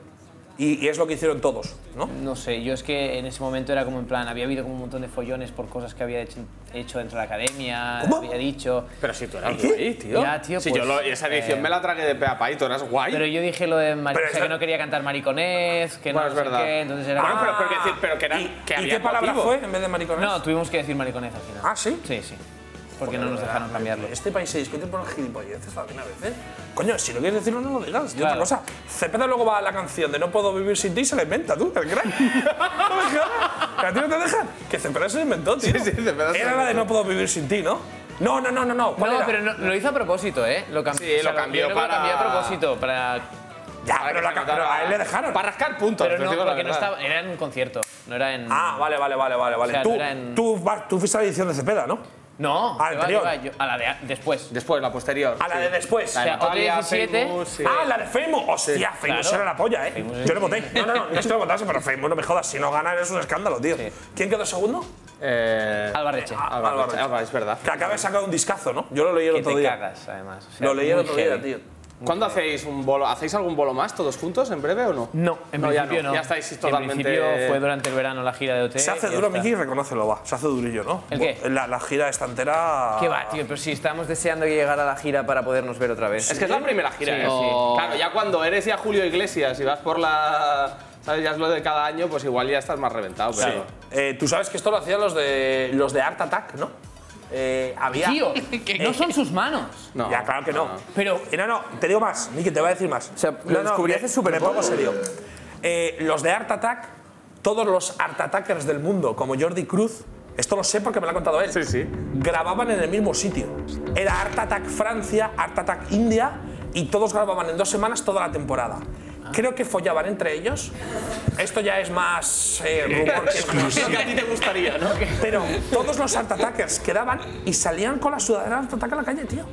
[SPEAKER 3] Y, y es lo que hicieron todos, ¿no?
[SPEAKER 11] No sé, yo es que en ese momento era como en plan, había habido como un montón de follones por cosas que había hecho, hecho dentro de la academia,
[SPEAKER 3] ¿Cómo?
[SPEAKER 11] había dicho.
[SPEAKER 1] Pero si tú eras guay, tío.
[SPEAKER 11] Ya, tío,
[SPEAKER 1] si
[SPEAKER 11] pues,
[SPEAKER 1] yo lo- esa edición
[SPEAKER 11] eh,
[SPEAKER 1] me la tragué de pea pa, y tú eras guay.
[SPEAKER 11] Pero yo dije lo de Mar-
[SPEAKER 3] Pero
[SPEAKER 11] o sea,
[SPEAKER 3] esa-
[SPEAKER 11] que no quería cantar maricones, que
[SPEAKER 1] bueno,
[SPEAKER 11] no
[SPEAKER 1] es
[SPEAKER 11] sé
[SPEAKER 1] verdad.
[SPEAKER 11] qué, entonces era.
[SPEAKER 1] Bueno, pero, pero
[SPEAKER 11] como-
[SPEAKER 1] quiero decir, pero que era,
[SPEAKER 3] ¿Y,
[SPEAKER 1] que
[SPEAKER 3] y
[SPEAKER 1] había
[SPEAKER 3] qué palabra
[SPEAKER 1] motivo.
[SPEAKER 3] fue en vez de maricones?
[SPEAKER 11] No, tuvimos que decir maricones al final.
[SPEAKER 3] Ah, ¿sí?
[SPEAKER 11] Sí, sí. Porque no nos dejaron cambiarlo.
[SPEAKER 3] Este país se discute por gilipolleces también a veces. Coño, si lo quieres decir, no lo digas. Y otra
[SPEAKER 11] Claro.
[SPEAKER 3] cosa, Cepeda luego va a la canción de No puedo vivir sin ti y se la inventa, tú, el crack. no me jodas. ¿Que a ti no te dejan? Que Cepeda se la inventó, tío.
[SPEAKER 1] Sí, sí, Cepeda se la
[SPEAKER 3] Era la de
[SPEAKER 1] inventó.
[SPEAKER 3] No puedo vivir sin ti, ¿no? No, no, no, no, no. ¿Cuál
[SPEAKER 11] No,
[SPEAKER 3] era?
[SPEAKER 11] pero no- lo hizo a propósito, ¿eh? Lo cambió.
[SPEAKER 1] Sí, lo cambió
[SPEAKER 11] yo creo que
[SPEAKER 1] para-
[SPEAKER 11] Lo cambió a propósito, para.
[SPEAKER 3] Ya, pero, la ca- pero a él le dejaron.
[SPEAKER 1] Para rascar puntos.
[SPEAKER 11] Pero
[SPEAKER 1] te
[SPEAKER 11] no,
[SPEAKER 1] digo la
[SPEAKER 11] porque no
[SPEAKER 1] verdad.
[SPEAKER 11] estaba. Era en un concierto, no era en.
[SPEAKER 3] Ah, vale, vale, vale, vale. vale.
[SPEAKER 11] sea, no
[SPEAKER 3] tú,
[SPEAKER 11] era en-
[SPEAKER 3] tú, vas- tú fuiste a la edición de Cepeda, ¿no?
[SPEAKER 11] No,
[SPEAKER 3] Ah,
[SPEAKER 11] que va,
[SPEAKER 3] anterior.
[SPEAKER 11] que va, yo- a la de a- después.
[SPEAKER 1] Después, la posterior.
[SPEAKER 3] A la de después.
[SPEAKER 11] O sea, otro 17.
[SPEAKER 1] Famous, sí.
[SPEAKER 3] Ah, la de Famous. Hostia, Famous
[SPEAKER 11] Claro.
[SPEAKER 3] era la polla, ¿eh?
[SPEAKER 11] Famous es-
[SPEAKER 3] Yo le voté. No, no, no, no es que lo votase, pero Famous, no me jodas. Si no ganas es un escándalo, tío. ¿Quién quedó segundo?
[SPEAKER 1] Eh,
[SPEAKER 11] Albarreche.
[SPEAKER 3] Ah,
[SPEAKER 1] Álvaro,
[SPEAKER 3] Álvaro.
[SPEAKER 1] Álvaro, es verdad.
[SPEAKER 3] Que acaba de sacar un discazo, ¿no? Yo lo leí el
[SPEAKER 11] Que
[SPEAKER 3] otro
[SPEAKER 11] te
[SPEAKER 3] día.
[SPEAKER 11] cagas, además. O sea,
[SPEAKER 3] Lo leí el
[SPEAKER 11] muy
[SPEAKER 3] otro día,
[SPEAKER 11] heavy.
[SPEAKER 3] tío.
[SPEAKER 1] ¿Cuándo hacéis un bolo? ¿Hacéis algún bolo más todos juntos en breve o no?
[SPEAKER 11] No, en
[SPEAKER 1] ya
[SPEAKER 11] principio no.
[SPEAKER 1] Ya estáis
[SPEAKER 11] En
[SPEAKER 1] totalmente.
[SPEAKER 11] principio fue durante el verano la gira de OT.
[SPEAKER 3] Se hace
[SPEAKER 11] y ya
[SPEAKER 3] duro,
[SPEAKER 11] está.
[SPEAKER 3] Miki, reconócelo, va. Se hace durillo, ¿no?
[SPEAKER 11] ¿El qué?
[SPEAKER 3] La, la gira esta entera.
[SPEAKER 11] ¿Qué va, tío? Pero si estábamos deseando que llegara la gira para podernos ver otra vez.
[SPEAKER 1] Es que es la primera gira.
[SPEAKER 11] Sí,
[SPEAKER 1] ¿eh?
[SPEAKER 11] sí.
[SPEAKER 1] Claro, ya cuando eres ya Julio Iglesias y vas por la. ¿Sabes? Ya es lo de cada año, pues igual ya estás más reventado. Pero
[SPEAKER 3] Sí. Eh, Tú sabes que esto lo hacían los de, los de Art Attack, ¿no? Eh, había.
[SPEAKER 11] Tío, no son sus manos.
[SPEAKER 1] No.
[SPEAKER 3] ya, claro que no.
[SPEAKER 11] Pero-
[SPEAKER 3] Eh, no, no, te digo más, Miki, te voy a decir más.
[SPEAKER 11] sea, lo
[SPEAKER 3] no, no,
[SPEAKER 11] descubrí
[SPEAKER 3] me-
[SPEAKER 11] hace súper
[SPEAKER 3] Me
[SPEAKER 11] poco.
[SPEAKER 3] pongo serio. Eh, los de Art Attack, todos los Art Attackers del mundo, como Jordi Cruz, esto lo sé porque me lo ha contado él.
[SPEAKER 1] Sí, sí.
[SPEAKER 3] Grababan en el mismo sitio. Era Art Attack Francia, Art Attack India y todos grababan en dos semanas toda la temporada. Creo que follaban entre ellos. Esto ya es más eh, rumor que
[SPEAKER 1] Creo que a ti te gustaría, ¿no?
[SPEAKER 3] Pero todos los Art Attackers quedaban y salían con la sudadera Art Attack a la calle, tío.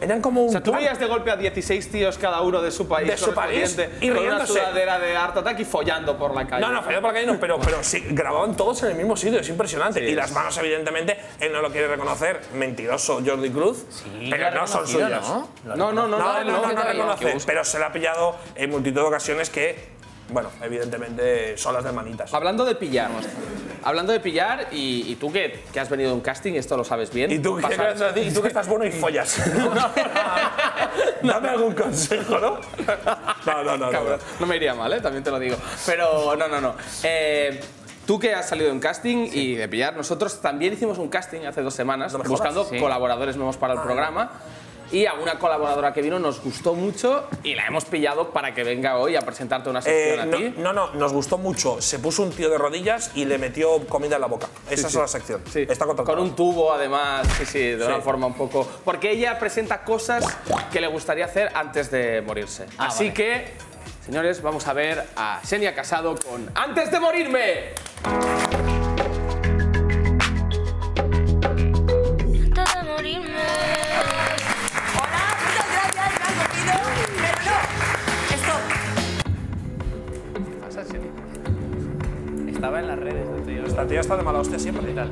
[SPEAKER 3] Eran como un.
[SPEAKER 1] O sea, tú
[SPEAKER 3] plan.
[SPEAKER 1] veías de golpe a 16 tíos cada uno de su país.
[SPEAKER 3] De su país,
[SPEAKER 1] correspondiente,
[SPEAKER 3] y
[SPEAKER 1] con una
[SPEAKER 3] riéndose.
[SPEAKER 1] sudadera de Art Attack y follando por la calle.
[SPEAKER 3] No, no, falló por la calle no, pero, pero sí, grababan todos en el mismo sitio, es impresionante.
[SPEAKER 1] Sí,
[SPEAKER 3] y
[SPEAKER 1] es.
[SPEAKER 3] las manos, evidentemente, él no lo quiere reconocer. Mentiroso Jordi Cruz, pero
[SPEAKER 1] lo ha
[SPEAKER 3] no son
[SPEAKER 1] reconocido,
[SPEAKER 3] suyas.
[SPEAKER 1] ¿no? No, no, no, no,
[SPEAKER 3] no,
[SPEAKER 1] él no.
[SPEAKER 3] no reconoce,
[SPEAKER 1] Hay que buscar.
[SPEAKER 3] pero se le ha pillado en multitud de ocasiones que, bueno, evidentemente son las de manitas.
[SPEAKER 1] Hablando de pillar, hablando de pillar, y, y tú que, que has venido de un casting, esto lo sabes bien.
[SPEAKER 3] ¿Y tú, qué
[SPEAKER 1] pasar-
[SPEAKER 3] quieres decir? ¿Y tú que estás bueno y follas? Dame algún consejo, ¿no? No, no, no.
[SPEAKER 1] Cabrón. No me iría mal, ¿eh? también te lo digo. Pero no, no, no. Eh, tú que has salido de un casting y de pillar, nosotros también hicimos un casting hace dos semanas
[SPEAKER 3] me jodas.
[SPEAKER 1] buscando
[SPEAKER 3] Sí.
[SPEAKER 1] colaboradores nuevos para el programa. Y a una colaboradora que vino nos gustó mucho y la hemos pillado para que venga hoy a presentarte una
[SPEAKER 3] Eh,
[SPEAKER 1] sección a
[SPEAKER 3] no,
[SPEAKER 1] ti.
[SPEAKER 3] no, no, nos gustó mucho. Se puso un tío de rodillas y le metió comida en la boca. Esa es
[SPEAKER 1] sí.
[SPEAKER 3] la sección. Está
[SPEAKER 1] Con un tubo, además, sí, sí, de una
[SPEAKER 3] Sí.
[SPEAKER 1] forma un poco. Porque ella presenta cosas que le gustaría hacer antes de morirse.
[SPEAKER 12] Ah,
[SPEAKER 1] Así
[SPEAKER 12] vale.
[SPEAKER 1] que, señores, vamos a ver a Xenia Casado con Antes de morirme.
[SPEAKER 11] Antes de morirme. Hola, muchas gracias, me has cogido, pero no. Stop.
[SPEAKER 12] ¿Qué pasa, Siri? Estaba en las redes, este tío.
[SPEAKER 3] Esta tía está de mala hostia siempre.
[SPEAKER 12] Tal.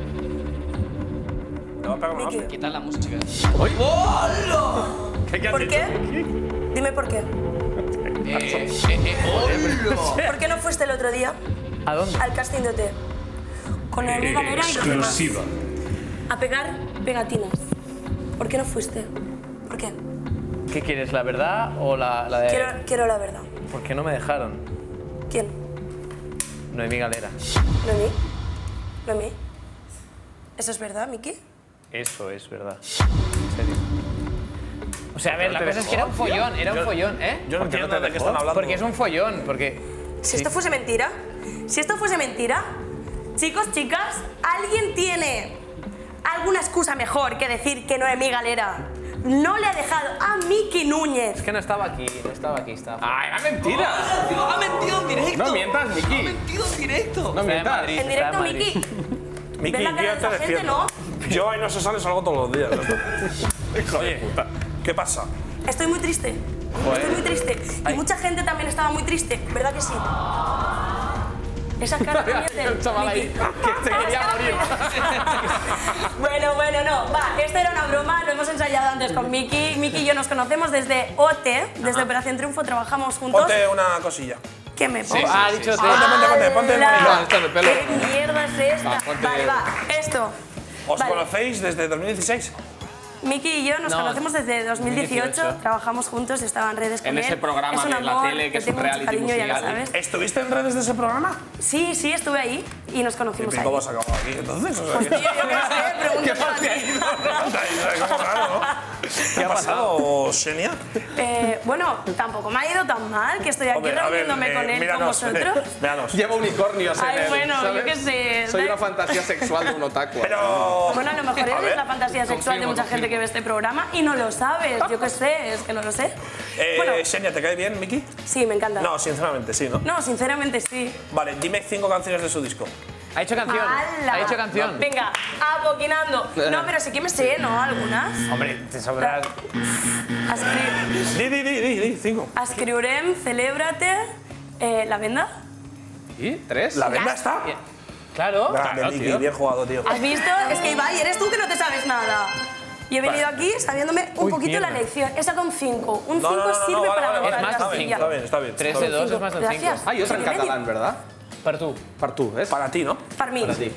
[SPEAKER 3] Te va a pegar una hostia.
[SPEAKER 5] Quitar la música.
[SPEAKER 11] ¡Hola!
[SPEAKER 3] ¿Qué
[SPEAKER 11] ¿Por qué? Dime por qué. ¿Por qué no fuiste el otro día?
[SPEAKER 12] Eh, ¿A dónde?
[SPEAKER 11] Al casting de OT. Con la Olivia Vera y los demás. A pegar pegatinas. ¿Por qué no fuiste? ¿Por qué?
[SPEAKER 12] ¿Qué quieres, la verdad o la, la de.?
[SPEAKER 11] Quiero, quiero la verdad.
[SPEAKER 12] ¿Por qué no me dejaron?
[SPEAKER 11] ¿Quién?
[SPEAKER 12] Noemí Galera.
[SPEAKER 11] ¿Noemí? ¿Noemí? ¿Eso es verdad, Miki?
[SPEAKER 12] Eso es verdad. En serio. O sea, a ver,
[SPEAKER 11] ¿No
[SPEAKER 12] la
[SPEAKER 11] te
[SPEAKER 12] cosa es
[SPEAKER 11] dejó,
[SPEAKER 12] que era un
[SPEAKER 11] tío?
[SPEAKER 12] follón, era un
[SPEAKER 11] Yo-
[SPEAKER 12] follón, ¿eh?
[SPEAKER 11] yo no
[SPEAKER 12] ¿Por qué
[SPEAKER 11] entiendo
[SPEAKER 12] te
[SPEAKER 11] de qué
[SPEAKER 12] dejó?
[SPEAKER 11] están hablando.
[SPEAKER 12] Porque es un follón, porque.
[SPEAKER 11] Si esto fuese mentira, si esto fuese mentira, chicos, chicas, alguien tiene alguna excusa mejor que decir que no es mi galera. No le ha dejado a Miki Núñez.
[SPEAKER 12] Es que no estaba aquí, no estaba aquí, estaba. ¡Ay,
[SPEAKER 1] Ah, era mentira!
[SPEAKER 11] Ah, ¡Ha mentido en directo!
[SPEAKER 1] No mientas, Miki. Ha
[SPEAKER 11] mentido en directo!
[SPEAKER 1] No mientas. Madrid,
[SPEAKER 11] En directo,
[SPEAKER 1] está en
[SPEAKER 11] Miki.
[SPEAKER 3] Miki,
[SPEAKER 11] Ven la cara
[SPEAKER 3] yo
[SPEAKER 11] de
[SPEAKER 3] te
[SPEAKER 11] esa gente,
[SPEAKER 3] defiendo. Yo ahí no se sale, salgo todos los días. Oye, ¿qué pasa?
[SPEAKER 11] Estoy muy triste.
[SPEAKER 3] Joder.
[SPEAKER 11] Estoy muy triste. Y mucha gente también estaba muy triste, ¿verdad que sí? Esa cara de mierda.
[SPEAKER 1] chaval ahí que se quería morir.
[SPEAKER 11] Bueno, bueno, no. Va, esto era una broma, lo hemos ensayado antes con Miki. Miki y yo nos conocemos desde OT, desde Operación Triunfo, trabajamos juntos.
[SPEAKER 1] E.
[SPEAKER 3] Ponte una cosilla.
[SPEAKER 11] ¿Qué me
[SPEAKER 3] Sí,
[SPEAKER 11] pongo?
[SPEAKER 3] sí, Ah, ha sí, dicho sí. Ponte, ponte, ponte, ponte el
[SPEAKER 11] ¡Hala!
[SPEAKER 3] monitor. No, está en el pelo.
[SPEAKER 11] ¿Qué mierda es esta?
[SPEAKER 3] Va, ponte-
[SPEAKER 11] Vale, va. Esto.
[SPEAKER 3] ¿Os
[SPEAKER 11] Vale.
[SPEAKER 3] conocéis desde 2016?
[SPEAKER 11] Miki y yo nos
[SPEAKER 3] No,
[SPEAKER 11] conocemos desde 2018,
[SPEAKER 3] 2018.
[SPEAKER 11] trabajamos juntos, yo estaba en redes con
[SPEAKER 1] En
[SPEAKER 11] él.
[SPEAKER 1] ese programa
[SPEAKER 11] Es un
[SPEAKER 1] de la
[SPEAKER 11] amor,
[SPEAKER 1] tele que
[SPEAKER 11] le
[SPEAKER 1] es un
[SPEAKER 11] tengo mucho
[SPEAKER 1] reality
[SPEAKER 11] cariño, ya lo
[SPEAKER 1] musical.
[SPEAKER 11] sabes.
[SPEAKER 3] ¿Estuviste en redes de ese programa?
[SPEAKER 11] Sí, sí, estuve ahí y nos
[SPEAKER 3] ¿Y
[SPEAKER 11] conocimos ahí.
[SPEAKER 3] cómo has acabado aquí entonces? O sea,
[SPEAKER 11] Pues, tío, yo qué sé, pregúntame a ti.
[SPEAKER 3] ¿Qué ha pasado, Xenia?
[SPEAKER 11] Eh, bueno, tampoco me ha ido tan mal que estoy aquí
[SPEAKER 3] Hombre, a ver,
[SPEAKER 11] reuniéndome con
[SPEAKER 3] eh,
[SPEAKER 11] él,
[SPEAKER 3] míranos,
[SPEAKER 11] con vosotros.
[SPEAKER 3] míranos.
[SPEAKER 1] Lleva unicornios en
[SPEAKER 11] Ay,
[SPEAKER 1] él,
[SPEAKER 11] bueno, yo
[SPEAKER 1] ¿sabes?
[SPEAKER 11] qué sé.
[SPEAKER 1] Soy una fantasía sexual de un otaku.
[SPEAKER 3] Pero...
[SPEAKER 11] Bueno, a lo mejor eres la fantasía sexual de mucha gente que ve este programa y no lo sabes. Yo qué sé, es que no lo sé.
[SPEAKER 3] Eh, Xenia, ¿te cae bien, Miki?
[SPEAKER 11] Sí, me encanta.
[SPEAKER 3] No, sinceramente, sí, ¿no?
[SPEAKER 11] No, sinceramente sí.
[SPEAKER 3] Vale, dime cinco canciones de su disco.
[SPEAKER 12] Ha hecho canción.
[SPEAKER 11] ¡Hala!
[SPEAKER 12] Ha hecho canción.
[SPEAKER 11] Venga, aboquinando. No, pero sí que me sé, ¿no? Algunas.
[SPEAKER 12] Hombre, te sabrás.
[SPEAKER 3] Di, di, di, di, di, cinco.
[SPEAKER 11] Ascriurem, celébrate. eh, ¿La venda?
[SPEAKER 1] ¿Y? ¿Tres?
[SPEAKER 3] La venda está.
[SPEAKER 12] Claro.
[SPEAKER 3] Grande,
[SPEAKER 1] Claro,
[SPEAKER 3] Miki,
[SPEAKER 1] tío.
[SPEAKER 3] bien jugado, tío.
[SPEAKER 11] ¿Has visto? Es que Ibai, eres tú que no te sabes nada. Y he venido aquí sabiéndome un
[SPEAKER 3] Uy,
[SPEAKER 11] poquito
[SPEAKER 3] mierda.
[SPEAKER 11] la lección. He sacado un 5. Un 5 sirve
[SPEAKER 3] vale,
[SPEAKER 11] para
[SPEAKER 3] vale, vale,
[SPEAKER 11] mejorar
[SPEAKER 3] está
[SPEAKER 11] la
[SPEAKER 3] bien,
[SPEAKER 11] silla.
[SPEAKER 3] está bien, Ah, está bien.
[SPEAKER 12] Tres de dos es más de un cinco.
[SPEAKER 11] Gracias.
[SPEAKER 1] Hay otra en
[SPEAKER 11] Soy medio.
[SPEAKER 1] catalán, ¿verdad?
[SPEAKER 12] Para tú.
[SPEAKER 1] Para tú, ¿ves?
[SPEAKER 3] Para ti, ¿no?
[SPEAKER 11] Para mí.
[SPEAKER 1] Para ti.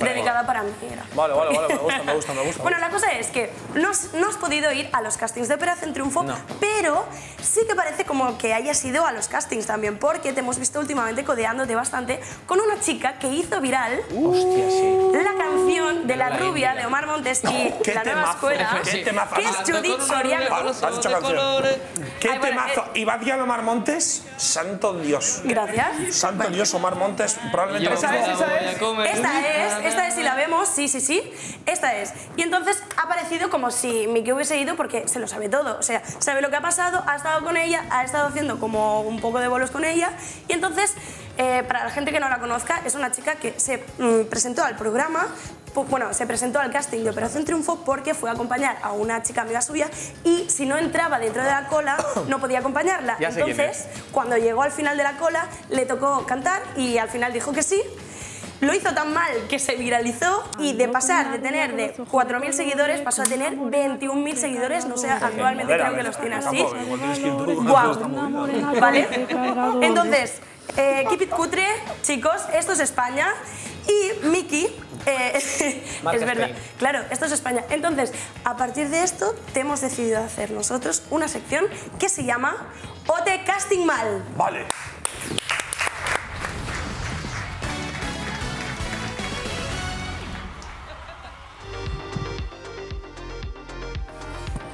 [SPEAKER 11] Dedicada para mí. era.
[SPEAKER 3] Vale, vale, vale, me gusta, me gusta, me gusta.
[SPEAKER 11] Bueno, la cosa es que no has, no has podido ir a los castings de Operación Triunfo, pero sí que parece como que hayas ido a los castings también, porque te hemos visto últimamente codeándote bastante con una chica que hizo viral la canción de La
[SPEAKER 3] La
[SPEAKER 11] Rubia de Omar Montes y
[SPEAKER 3] ¿Qué
[SPEAKER 11] La Nueva
[SPEAKER 3] temazo?
[SPEAKER 11] Escuela,
[SPEAKER 3] ¿Qué temazo?
[SPEAKER 11] que es Judith Soriano. eh.
[SPEAKER 3] Has dicho canción. ¿Qué temazo? Y va a Omar Montes, santo Dios.
[SPEAKER 11] Gracias.
[SPEAKER 3] Santo Dios, Omar Montes, probablemente
[SPEAKER 11] Esa
[SPEAKER 3] lo
[SPEAKER 11] es,
[SPEAKER 3] mismo.
[SPEAKER 11] esa es. Esta es esta es si la vemos, sí, sí, sí, esta es. Y entonces ha parecido como si Mickey hubiese ido porque se lo sabe todo, o sea, sabe lo que ha pasado, ha estado con ella, ha estado haciendo como un poco de bolos con ella y entonces... eh, para la gente que no la conozca, es una chica que se mm, presentó al programa, pu- bueno, se presentó al casting de Operación Triunfo porque fue a acompañar a una chica amiga suya y si no entraba dentro de la cola, no podía acompañarla.
[SPEAKER 13] Ya sé quién
[SPEAKER 11] Entonces, cuando llegó al final de la cola, le tocó cantar y al final dijo que sí. Lo hizo tan mal que se viralizó y de pasar de tener de 4.000 seguidores pasó a tener 21.000 seguidores, no sé, actualmente creo que los tiene así. Guau, ¿vale? Entonces, eh, Keep It Cutre, chicos, esto es España. Y Miki, eh,
[SPEAKER 12] Marca
[SPEAKER 11] es verdad,
[SPEAKER 12] Spain.
[SPEAKER 11] claro, esto es España. Entonces, a partir de esto, te hemos decidido hacer nosotros una sección que se llama O te casting mal.
[SPEAKER 3] Vale.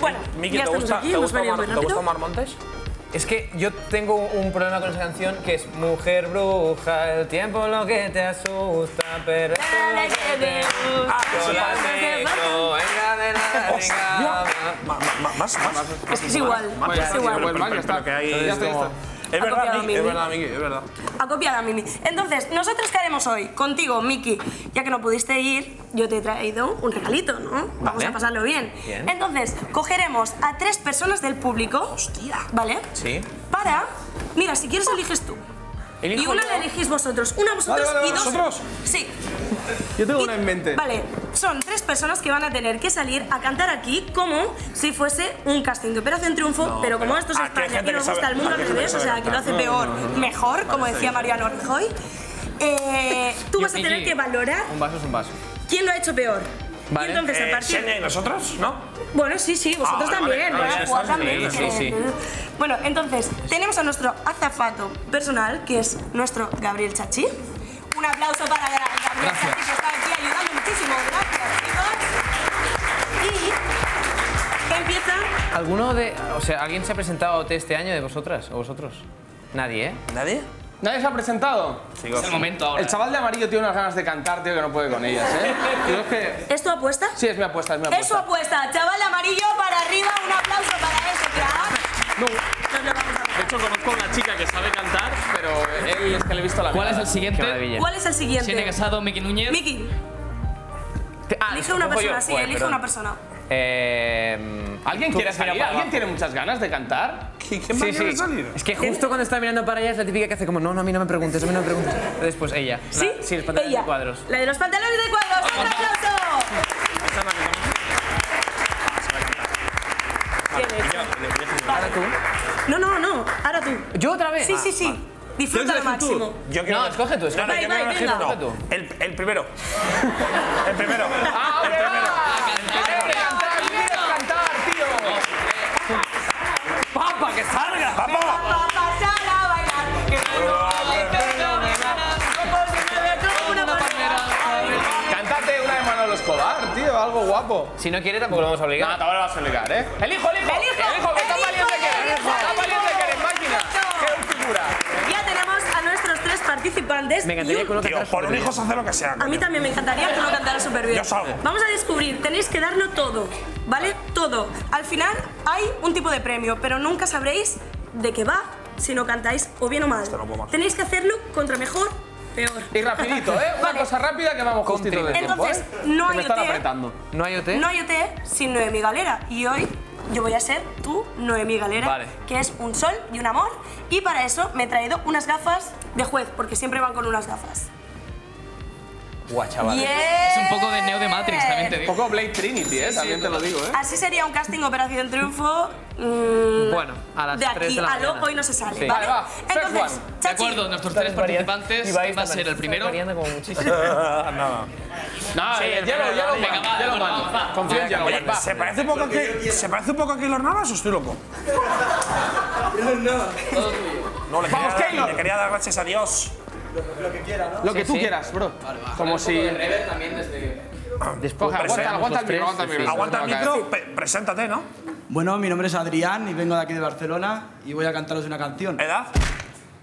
[SPEAKER 11] Bueno,
[SPEAKER 12] Miki,
[SPEAKER 11] ya
[SPEAKER 12] ¿te
[SPEAKER 11] estamos
[SPEAKER 12] gusta,
[SPEAKER 11] aquí,
[SPEAKER 12] te
[SPEAKER 11] hemos
[SPEAKER 12] gusta
[SPEAKER 11] venido
[SPEAKER 12] Omar-
[SPEAKER 11] muy
[SPEAKER 12] te
[SPEAKER 11] rápido.
[SPEAKER 12] gusta Omar Montes? Es que yo tengo un problema con esa canción que es Mujer bruja, el tiempo lo que te asusta, pero es lo que te gusta. Yo la tengo, venga de la venga.
[SPEAKER 3] Más, más.
[SPEAKER 11] Es que es igual,
[SPEAKER 12] Más,
[SPEAKER 11] es igual.
[SPEAKER 3] pues, Es verdad, Miki, es verdad, Miki, es verdad.
[SPEAKER 11] A copiar a Mimi. Entonces, ¿nosotros qué haremos hoy? Contigo, Miki. Ya que no pudiste ir, yo te he traído un regalito, ¿no? Vamos
[SPEAKER 12] Vale.
[SPEAKER 11] a pasarlo bien.
[SPEAKER 12] Bien.
[SPEAKER 11] Entonces, cogeremos a tres personas del público. Hostia. ¿Vale?
[SPEAKER 12] Sí.
[SPEAKER 11] Para. Mira, si quieres, eliges tú.
[SPEAKER 1] ¿Elijo
[SPEAKER 11] y una
[SPEAKER 1] yo?
[SPEAKER 11] la elegís vosotros. Una vosotros
[SPEAKER 1] Vale, vale,
[SPEAKER 11] y dos.
[SPEAKER 1] ¿nosotros?
[SPEAKER 11] Sí.
[SPEAKER 1] Yo tengo una en mente.
[SPEAKER 11] Vale, son tres personas que van a tener que salir a cantar aquí como si fuese un casting de Operación Triunfo,
[SPEAKER 3] No,
[SPEAKER 11] pero como
[SPEAKER 3] pero
[SPEAKER 11] esto es
[SPEAKER 3] aquí hay
[SPEAKER 11] España
[SPEAKER 3] gente
[SPEAKER 11] y
[SPEAKER 3] que
[SPEAKER 11] nos gusta
[SPEAKER 3] sabe-
[SPEAKER 11] el mundo
[SPEAKER 3] aquí
[SPEAKER 11] al
[SPEAKER 3] hay gente
[SPEAKER 11] revés,
[SPEAKER 3] que
[SPEAKER 11] o sea,
[SPEAKER 3] sabe
[SPEAKER 11] que lo hace
[SPEAKER 3] cantar.
[SPEAKER 11] peor,
[SPEAKER 3] No, no, no, no.
[SPEAKER 11] mejor, como
[SPEAKER 3] Vale,
[SPEAKER 11] decía
[SPEAKER 3] sí.
[SPEAKER 11] Mariano Rajoy, eh, tú
[SPEAKER 12] Yo,
[SPEAKER 11] vas a tener
[SPEAKER 12] Miki.
[SPEAKER 11] que valorar
[SPEAKER 12] Un vaso es un vaso.
[SPEAKER 11] quién lo ha hecho peor.
[SPEAKER 12] Vale.
[SPEAKER 11] Y entonces, Pues a
[SPEAKER 12] Eh,
[SPEAKER 11] partir
[SPEAKER 3] ¿Xenia y nosotros? ¿No?
[SPEAKER 11] Bueno, sí, sí, vosotros
[SPEAKER 3] Ah, vale,
[SPEAKER 11] también.
[SPEAKER 3] vale,
[SPEAKER 11] ¿verdad?
[SPEAKER 3] vale,
[SPEAKER 11] Juan
[SPEAKER 3] vale,
[SPEAKER 11] también,
[SPEAKER 3] sí,
[SPEAKER 11] que-
[SPEAKER 3] sí, sí.
[SPEAKER 11] Bueno, entonces, tenemos a nuestro azafato personal, que es nuestro Gabriel Chachi. Un aplauso para Gabriel Chachi, que está aquí ayudando muchísimo. Gracias, chicos. Y empieza
[SPEAKER 12] ¿Alguno de. O sea, ¿alguien se ha presentado a OT este año de vosotras o vosotros? Nadie, ¿eh? ¿Nadie?
[SPEAKER 1] ¿Nadie se ha presentado?
[SPEAKER 12] Es el momento ahora.
[SPEAKER 1] El chaval de amarillo tiene unas ganas de cantar, tío, que no puede con ellas, ¿eh? Yo es que...
[SPEAKER 11] ¿Es tu apuesta?
[SPEAKER 1] Sí, es mi apuesta, es mi
[SPEAKER 11] Es su
[SPEAKER 1] apuesta.
[SPEAKER 11] apuesta. Chaval amarillo para arriba, un aplauso para ese crack.
[SPEAKER 1] De hecho, conozco a una chica que sabe cantar, pero él es que le he visto la
[SPEAKER 5] ¿Cuál es
[SPEAKER 1] cara.
[SPEAKER 5] el siguiente?
[SPEAKER 11] ¿Cuál es el siguiente?
[SPEAKER 5] Siete Casado, Miki Núñez.
[SPEAKER 11] Miki, elige
[SPEAKER 3] Ah,
[SPEAKER 12] eso,
[SPEAKER 11] una
[SPEAKER 12] cojo
[SPEAKER 3] pues
[SPEAKER 12] yo.
[SPEAKER 11] persona, sí,
[SPEAKER 12] Joder,
[SPEAKER 11] elige
[SPEAKER 12] perdón.
[SPEAKER 11] una persona.
[SPEAKER 1] ¿Alguien
[SPEAKER 12] Tú
[SPEAKER 1] quiere
[SPEAKER 12] que salía
[SPEAKER 1] salir?
[SPEAKER 12] para
[SPEAKER 1] ¿Alguien
[SPEAKER 12] abajo.
[SPEAKER 1] tiene muchas ganas de cantar? ¿Quién
[SPEAKER 12] Sí, sí. Es que justo cuando estaba mirando para allá es la típica que hace como, no, no, a mí no me preguntes, a mí no me preguntes. Después ella. ¿Sí? sí, los pantalones de cuadros.
[SPEAKER 11] La de los pantalones de cuadros, un
[SPEAKER 12] Ah,
[SPEAKER 11] aplauso.
[SPEAKER 12] ¿Ahora tú?
[SPEAKER 11] No, no, no, ahora tú.
[SPEAKER 12] ¿Yo otra vez? Ah,
[SPEAKER 11] Sí, sí, sí. Disfruta lo máximo.
[SPEAKER 3] Yo quiero
[SPEAKER 12] No, escoge tú, escoge
[SPEAKER 3] No, no,
[SPEAKER 11] tú.
[SPEAKER 3] yo
[SPEAKER 11] Vai,
[SPEAKER 3] quiero
[SPEAKER 11] vai,
[SPEAKER 3] elegir
[SPEAKER 11] venga.
[SPEAKER 3] uno. El, el primero. el primero.
[SPEAKER 11] Ah,
[SPEAKER 3] el primero.
[SPEAKER 12] ¡Papa, que salga!
[SPEAKER 3] ¡Vamos!
[SPEAKER 11] Va a pasar a bailar, que
[SPEAKER 1] Cántate una de Manolo Escobar, tío, algo guapo.
[SPEAKER 12] Si no quiere, tampoco lo vamos a obligar.
[SPEAKER 1] No, ahora lo vas a obligar, ¿eh? ¡Elijo, elijo!
[SPEAKER 11] Elijo,
[SPEAKER 1] ¡Elijo, que tan
[SPEAKER 11] elijo,
[SPEAKER 1] valiente que eres!
[SPEAKER 11] elijo,
[SPEAKER 1] ¡Tan valiente
[SPEAKER 11] elijo.
[SPEAKER 1] que eres, máquina! ¡Qué figura!
[SPEAKER 11] Ya tenemos a nuestros tres participantes.
[SPEAKER 12] Me encantaría
[SPEAKER 11] y un-
[SPEAKER 12] que uno
[SPEAKER 3] Tío, por un hijo se hace lo que sea.
[SPEAKER 11] A mí también me encantaría que uno cantara súper bien.
[SPEAKER 3] Yo salgo.
[SPEAKER 11] Vamos a descubrir, tenéis que darlo todo, ¿vale? Todo. Al final hay un tipo de premio, pero nunca sabréis de qué va si no cantáis o bien o mal.
[SPEAKER 3] no puedo más.
[SPEAKER 11] Tenéis que hacerlo contra mejor, peor.
[SPEAKER 1] Y rapidito, ¿eh? Una cosa rápida que vamos justito de tiempo,
[SPEAKER 11] Entonces,
[SPEAKER 1] ¿eh?
[SPEAKER 11] no
[SPEAKER 1] Que
[SPEAKER 11] hay
[SPEAKER 1] me están
[SPEAKER 11] OT.
[SPEAKER 1] apretando.
[SPEAKER 12] ¿No hay OT?
[SPEAKER 11] No yo te E sin Noemí Galera. Y hoy yo voy a ser tu Noemí Galera,
[SPEAKER 12] Vale.
[SPEAKER 11] que es un sol y un amor. Y para eso me he traído unas gafas de juez, porque siempre van con unas gafas.
[SPEAKER 12] Guau, chaval.
[SPEAKER 11] Yeah.
[SPEAKER 5] Es un poco de Neo de Matrix, también te
[SPEAKER 1] Un
[SPEAKER 5] digo.
[SPEAKER 1] poco Blade Trinity, ¿eh? También te lo digo, ¿eh?
[SPEAKER 11] Así sería un casting Operación Triunfo. mm,
[SPEAKER 12] Bueno, a las
[SPEAKER 11] de
[SPEAKER 12] 3
[SPEAKER 11] aquí
[SPEAKER 12] de la
[SPEAKER 11] a lo
[SPEAKER 12] mañana.
[SPEAKER 11] hoy no se sale,
[SPEAKER 12] Sí.
[SPEAKER 1] Vale,
[SPEAKER 11] ¿vale?
[SPEAKER 1] va, first
[SPEAKER 11] Entonces,
[SPEAKER 1] one.
[SPEAKER 5] De
[SPEAKER 11] Chachi,
[SPEAKER 5] acuerdo, nuestros
[SPEAKER 12] Variando-
[SPEAKER 5] tres
[SPEAKER 12] y
[SPEAKER 5] participantes.
[SPEAKER 12] vais
[SPEAKER 5] ¿Quién va a ser el primero?
[SPEAKER 12] Variando como muchísimo.
[SPEAKER 3] Nada.
[SPEAKER 1] No,
[SPEAKER 12] Sí,
[SPEAKER 1] eh,
[SPEAKER 12] el
[SPEAKER 1] Yellow,
[SPEAKER 12] primero,
[SPEAKER 1] Yellow
[SPEAKER 12] venga,
[SPEAKER 1] Man,
[SPEAKER 12] va,
[SPEAKER 1] Yellow
[SPEAKER 12] va,
[SPEAKER 1] Man.
[SPEAKER 12] va, va.
[SPEAKER 1] Confío en Yellow Man.
[SPEAKER 3] Oye,
[SPEAKER 1] va.
[SPEAKER 3] ¿se parece, un poco a que, ¿se parece un poco a Keylor Navas o estoy loco? No, le quería,
[SPEAKER 1] Vamos,
[SPEAKER 3] dar,
[SPEAKER 1] Keylor.
[SPEAKER 3] le quería dar gracias a Dios.
[SPEAKER 1] Lo que
[SPEAKER 12] Sí,
[SPEAKER 1] tú
[SPEAKER 12] sí.
[SPEAKER 1] quieras, bro. Como si...
[SPEAKER 12] Después,
[SPEAKER 1] Aguanta, aguanta el micro, aguanta el micro.
[SPEAKER 3] Pues Aguanta el micro, pe- preséntate, ¿no?
[SPEAKER 14] Bueno, mi nombre es Adrián y vengo de aquí de Barcelona y voy a cantaros una
[SPEAKER 12] Eh.
[SPEAKER 14] canción.
[SPEAKER 3] ¿Edad?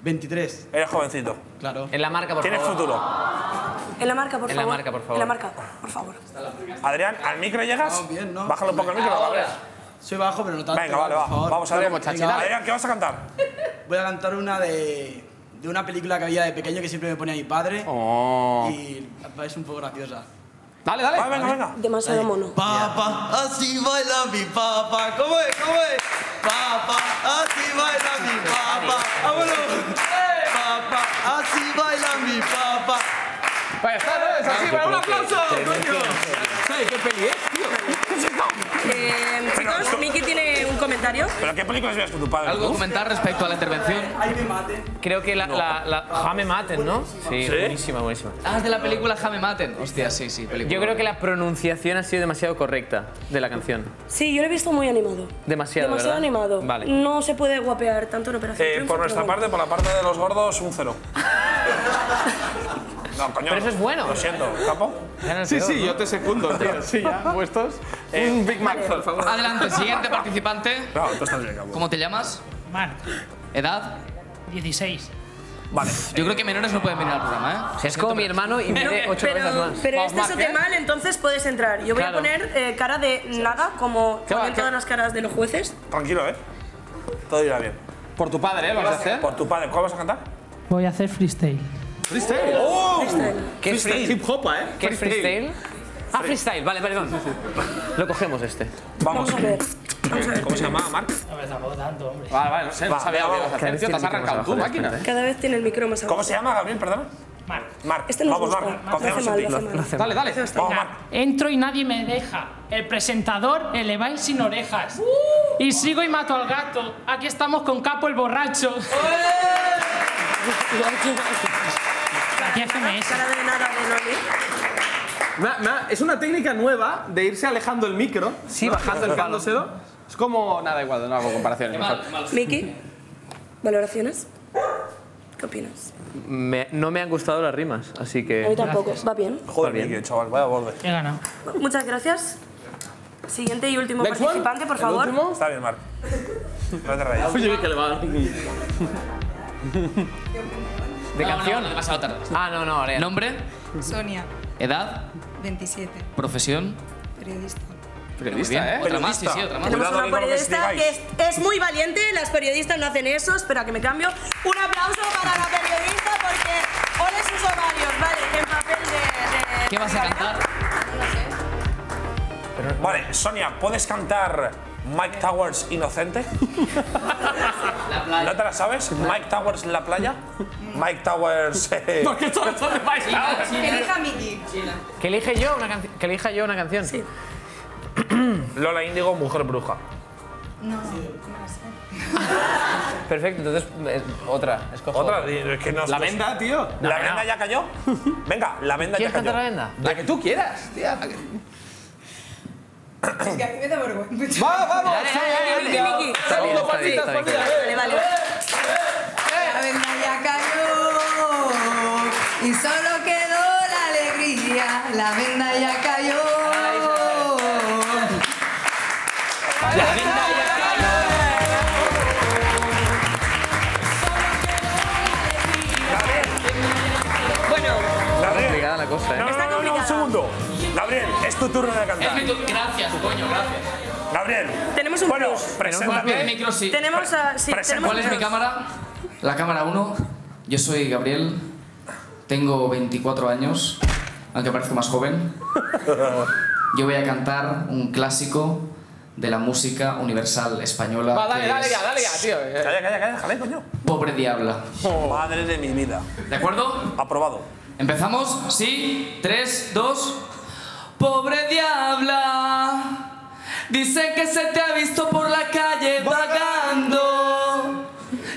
[SPEAKER 14] 23.
[SPEAKER 3] Eres jovencito.
[SPEAKER 14] Claro.
[SPEAKER 12] En la marca, por
[SPEAKER 3] Tienes
[SPEAKER 12] favor.
[SPEAKER 3] futuro.
[SPEAKER 11] En la marca, por
[SPEAKER 12] En la
[SPEAKER 11] favor.
[SPEAKER 12] marca, por favor.
[SPEAKER 11] En la marca, por favor.
[SPEAKER 3] Adrián, ¿al micro llegas?
[SPEAKER 14] No, bien, no.
[SPEAKER 3] Bájalo un poco el micro,
[SPEAKER 14] Ahora.
[SPEAKER 3] Gabriel.
[SPEAKER 14] Soy bajo, pero no tanto.
[SPEAKER 3] Venga, vale,
[SPEAKER 14] por
[SPEAKER 3] va.
[SPEAKER 14] favor.
[SPEAKER 3] Vamos a ver. Adrián, ¿qué vas a cantar?
[SPEAKER 14] Voy a cantar una de, de una película que había de pequeño que siempre me ponía mi padre.
[SPEAKER 1] Oh.
[SPEAKER 14] Y es un poco graciosa.
[SPEAKER 1] Dale, dale.
[SPEAKER 3] Ah,
[SPEAKER 1] Vale, venga, venga.
[SPEAKER 11] Demasiado mono.
[SPEAKER 14] Papá, así baila mi papá. ¿Cómo es? ¿Cómo es? Papá, así baila mi papá. ¡Vámonos! Papá, así baila mi papá.
[SPEAKER 1] Pues está, ¿no? Es así,
[SPEAKER 11] vale, un aplauso, coño.
[SPEAKER 1] ¿Sabes qué peli es, tío? ¿Qué es esto?
[SPEAKER 11] Eh, chicos, Miki tiene un comentario.
[SPEAKER 3] ¿Pero qué películas veías con tu padre?
[SPEAKER 5] ¿Algo que comentar respecto a la intervención?
[SPEAKER 14] Ahí me maten.
[SPEAKER 12] Creo que la, la, la- Jame Maten, ¿no? Sí, buenísima, buenísima.
[SPEAKER 5] Ah, es de la película Jame Maten. Hostia, sí, sí, película.
[SPEAKER 12] Yo creo que la pronunciación ha sido demasiado correcta de la canción.
[SPEAKER 11] Sí, yo lo he visto muy animado.
[SPEAKER 12] Demasiado,
[SPEAKER 11] Demasiado
[SPEAKER 12] ¿verdad?
[SPEAKER 11] animado.
[SPEAKER 12] Vale.
[SPEAKER 11] No se puede guapear tanto en Operación
[SPEAKER 3] Eh,
[SPEAKER 11] Triunfo,
[SPEAKER 3] por nuestra
[SPEAKER 11] pero bueno.
[SPEAKER 3] parte, por la parte de los gordos, un cero. No, coño.
[SPEAKER 12] Pero eso es bueno.
[SPEAKER 3] Lo siento, capo.
[SPEAKER 1] Sí, sí, yo te secundo, tío. Sí, ya, puestos. Un Big Mac, por favor.
[SPEAKER 5] Eh, Adelante, siguiente participante.
[SPEAKER 3] No, tú estás bien, capo.
[SPEAKER 5] ¿Cómo te llamas?
[SPEAKER 13] Marc,
[SPEAKER 5] ¿Edad?
[SPEAKER 13] 16.
[SPEAKER 3] Vale.
[SPEAKER 5] Yo creo que menores no pueden venir al programa, ¿eh?
[SPEAKER 12] Es como mi hermano y
[SPEAKER 11] Pero,
[SPEAKER 12] mide ocho
[SPEAKER 11] pero-
[SPEAKER 12] veces más.
[SPEAKER 11] pero este es Otemal, entonces puedes entrar. Yo voy
[SPEAKER 12] Claro.
[SPEAKER 11] a poner eh, cara de nada, como
[SPEAKER 12] va,
[SPEAKER 11] ponen
[SPEAKER 12] qué
[SPEAKER 11] todas las caras de los jueces.
[SPEAKER 3] Tranquilo, ¿eh? Todo irá bien.
[SPEAKER 1] Por tu padre, ¿eh? ¿Lo vas a hacer?
[SPEAKER 3] Por tu padre. ¿Cuál vas a cantar?
[SPEAKER 13] Voy a hacer freestyle.
[SPEAKER 1] Freestyle.
[SPEAKER 3] ¡Oh!
[SPEAKER 12] ¿Qué es
[SPEAKER 1] Freestyle.
[SPEAKER 12] freestyle?
[SPEAKER 1] Hip hop, ¿eh?
[SPEAKER 12] ¿Qué es freestyle? Ah, freestyle, vale, perdón. Lo cogemos este.
[SPEAKER 3] Vamos.
[SPEAKER 11] a ver.
[SPEAKER 12] ¿Eh?
[SPEAKER 11] Vamos a ver.
[SPEAKER 3] ¿Cómo se llamaba, Marc?
[SPEAKER 13] Hombre, tampoco tanto, hombre.
[SPEAKER 1] Vale, vale, no sé, no
[SPEAKER 3] Va,
[SPEAKER 1] sabía lo que ibas a
[SPEAKER 12] cada
[SPEAKER 1] hacer,
[SPEAKER 12] vez
[SPEAKER 1] tío. Te has
[SPEAKER 12] tiene que
[SPEAKER 1] arrancado
[SPEAKER 12] más
[SPEAKER 1] tú,
[SPEAKER 12] abajo,
[SPEAKER 1] máquina.
[SPEAKER 11] Cada vez tiene el micro más
[SPEAKER 3] ¿Cómo
[SPEAKER 11] alto.
[SPEAKER 3] se llama, Gabriel? Perdona.
[SPEAKER 13] Marc.
[SPEAKER 3] Marc.
[SPEAKER 11] Este nos
[SPEAKER 3] Vamos,
[SPEAKER 11] gusta.
[SPEAKER 3] Marc.
[SPEAKER 11] Lo hace
[SPEAKER 3] Confiamos en
[SPEAKER 11] mal,
[SPEAKER 3] ti.
[SPEAKER 11] lo hace mal.
[SPEAKER 1] Dale, dale.
[SPEAKER 11] Eso está.
[SPEAKER 3] Vamos, Marc.
[SPEAKER 13] Entro y nadie me deja. El presentador eleváis sin
[SPEAKER 1] Uh.
[SPEAKER 13] orejas. Y sigo y mato al gato. Aquí estamos con Capo el borracho. Aquí FMS.
[SPEAKER 11] Cara de nada de Loli.
[SPEAKER 1] Me ha- me ha- es una técnica nueva de irse alejando el micro, sí, bajando el dejándoselo. Es como. Nada, igual, no hago comparaciones. mejor.
[SPEAKER 11] Miki, ¿valoraciones? ¿Qué opinas?
[SPEAKER 12] Me- no me han gustado las rimas, así
[SPEAKER 11] A mí
[SPEAKER 12] que.
[SPEAKER 11] tampoco. ¿Va bien?
[SPEAKER 3] Joder, Miki, chaval, vaya borde.
[SPEAKER 13] He ganado.
[SPEAKER 11] Muchas gracias. Siguiente y último
[SPEAKER 1] Next one.
[SPEAKER 11] participante, por
[SPEAKER 1] ¿El
[SPEAKER 11] favor.
[SPEAKER 1] último?
[SPEAKER 3] Está bien, Marc. No te rayes.
[SPEAKER 1] Oye, que le va a dar un-
[SPEAKER 12] ¿De
[SPEAKER 5] No, no,
[SPEAKER 12] canción?
[SPEAKER 5] no, demasiado tarde.
[SPEAKER 12] Ah, no, no, ahora ya.
[SPEAKER 5] ¿Nombre?
[SPEAKER 10] Sonia,
[SPEAKER 5] ¿Edad?
[SPEAKER 10] 27,
[SPEAKER 5] ¿Profesión?
[SPEAKER 10] periodista.
[SPEAKER 5] Muy bien.
[SPEAKER 1] Periodista, ¿eh?
[SPEAKER 5] Otra más, sí, sí, otra más.
[SPEAKER 11] Tenemos
[SPEAKER 3] Cuidado
[SPEAKER 11] una
[SPEAKER 3] con lo que os
[SPEAKER 11] periodista que es,
[SPEAKER 3] digáis.
[SPEAKER 11] es muy valiente, las periodistas no hacen eso, espera que me cambio. Un aplauso para la periodista porque ole sus ovarios, vale, en papel de... de-
[SPEAKER 5] ¿Qué vas a cantar?
[SPEAKER 3] Vale, Sonia, ¿puedes cantar Mike Towers Inocente?
[SPEAKER 5] La
[SPEAKER 3] ¿No te la sabes? Mike Towers La Playa. Mike Towers. eh,
[SPEAKER 1] Porque todo esto me va a estar.
[SPEAKER 10] Elija Miki.
[SPEAKER 12] ¿Que elige yo una, canci- que elija yo una canción? Sí.
[SPEAKER 3] Lola Índigo, Mujer Bruja.
[SPEAKER 10] No, no sé.
[SPEAKER 12] Perfecto, entonces eh, otra. Escojo
[SPEAKER 3] Otra, eh, que nos.
[SPEAKER 1] La venda, tío.
[SPEAKER 3] ¿La venda ya cayó? Venga, la venda ya
[SPEAKER 12] ¿Quieres
[SPEAKER 3] cayó.
[SPEAKER 12] cantar la venda?
[SPEAKER 1] La que tú quieras, tía. la que-
[SPEAKER 10] Es que a mí me da vergüenza.
[SPEAKER 1] ¡Va, vamos!
[SPEAKER 11] Dale, dale, dale,
[SPEAKER 1] Sonia,
[SPEAKER 11] Miki.
[SPEAKER 1] tío.
[SPEAKER 12] Está bien,
[SPEAKER 1] Segundo
[SPEAKER 12] está bien,
[SPEAKER 1] partida,
[SPEAKER 12] está bien.
[SPEAKER 1] partida,
[SPEAKER 11] Vale,
[SPEAKER 1] eh.
[SPEAKER 11] vale.
[SPEAKER 10] La venda ya cayó y solo quedó la alegría. La venda ya cayó.
[SPEAKER 3] Gabriel.
[SPEAKER 12] Complicada la cosa, ¿eh?
[SPEAKER 3] No, no, no, no, un segundo. Gabriel, es tu turno de
[SPEAKER 5] Es
[SPEAKER 3] cantar.
[SPEAKER 5] mi tu- Gracias, coño, gracias.
[SPEAKER 3] Gabriel.
[SPEAKER 11] Tenemos un
[SPEAKER 3] Bueno,
[SPEAKER 11] plus.
[SPEAKER 3] Pues
[SPEAKER 5] El
[SPEAKER 3] preséntate.
[SPEAKER 5] micro sí.
[SPEAKER 11] Tenemos a... Sí,
[SPEAKER 3] Presenta.
[SPEAKER 11] tenemos
[SPEAKER 5] ¿Cuál es mi
[SPEAKER 11] a-
[SPEAKER 5] cámara? La cámara 1. Yo soy Gabriel. Tengo 24 años, aunque parezco más joven. Yo voy a cantar un clásico de la música universal española.
[SPEAKER 1] Va, dale,
[SPEAKER 5] que
[SPEAKER 1] dale
[SPEAKER 5] es
[SPEAKER 1] ya, dale ya, tío. Eh,
[SPEAKER 3] Calla, calla, calla, déjale, coño.
[SPEAKER 5] Pobre diabla.
[SPEAKER 3] Madre de mi vida.
[SPEAKER 5] ¿De acuerdo?
[SPEAKER 3] Aprobado.
[SPEAKER 5] ¿Empezamos? Sí, tres, dos. Pobre diabla, dicen que se te ha visto por la calle vagando,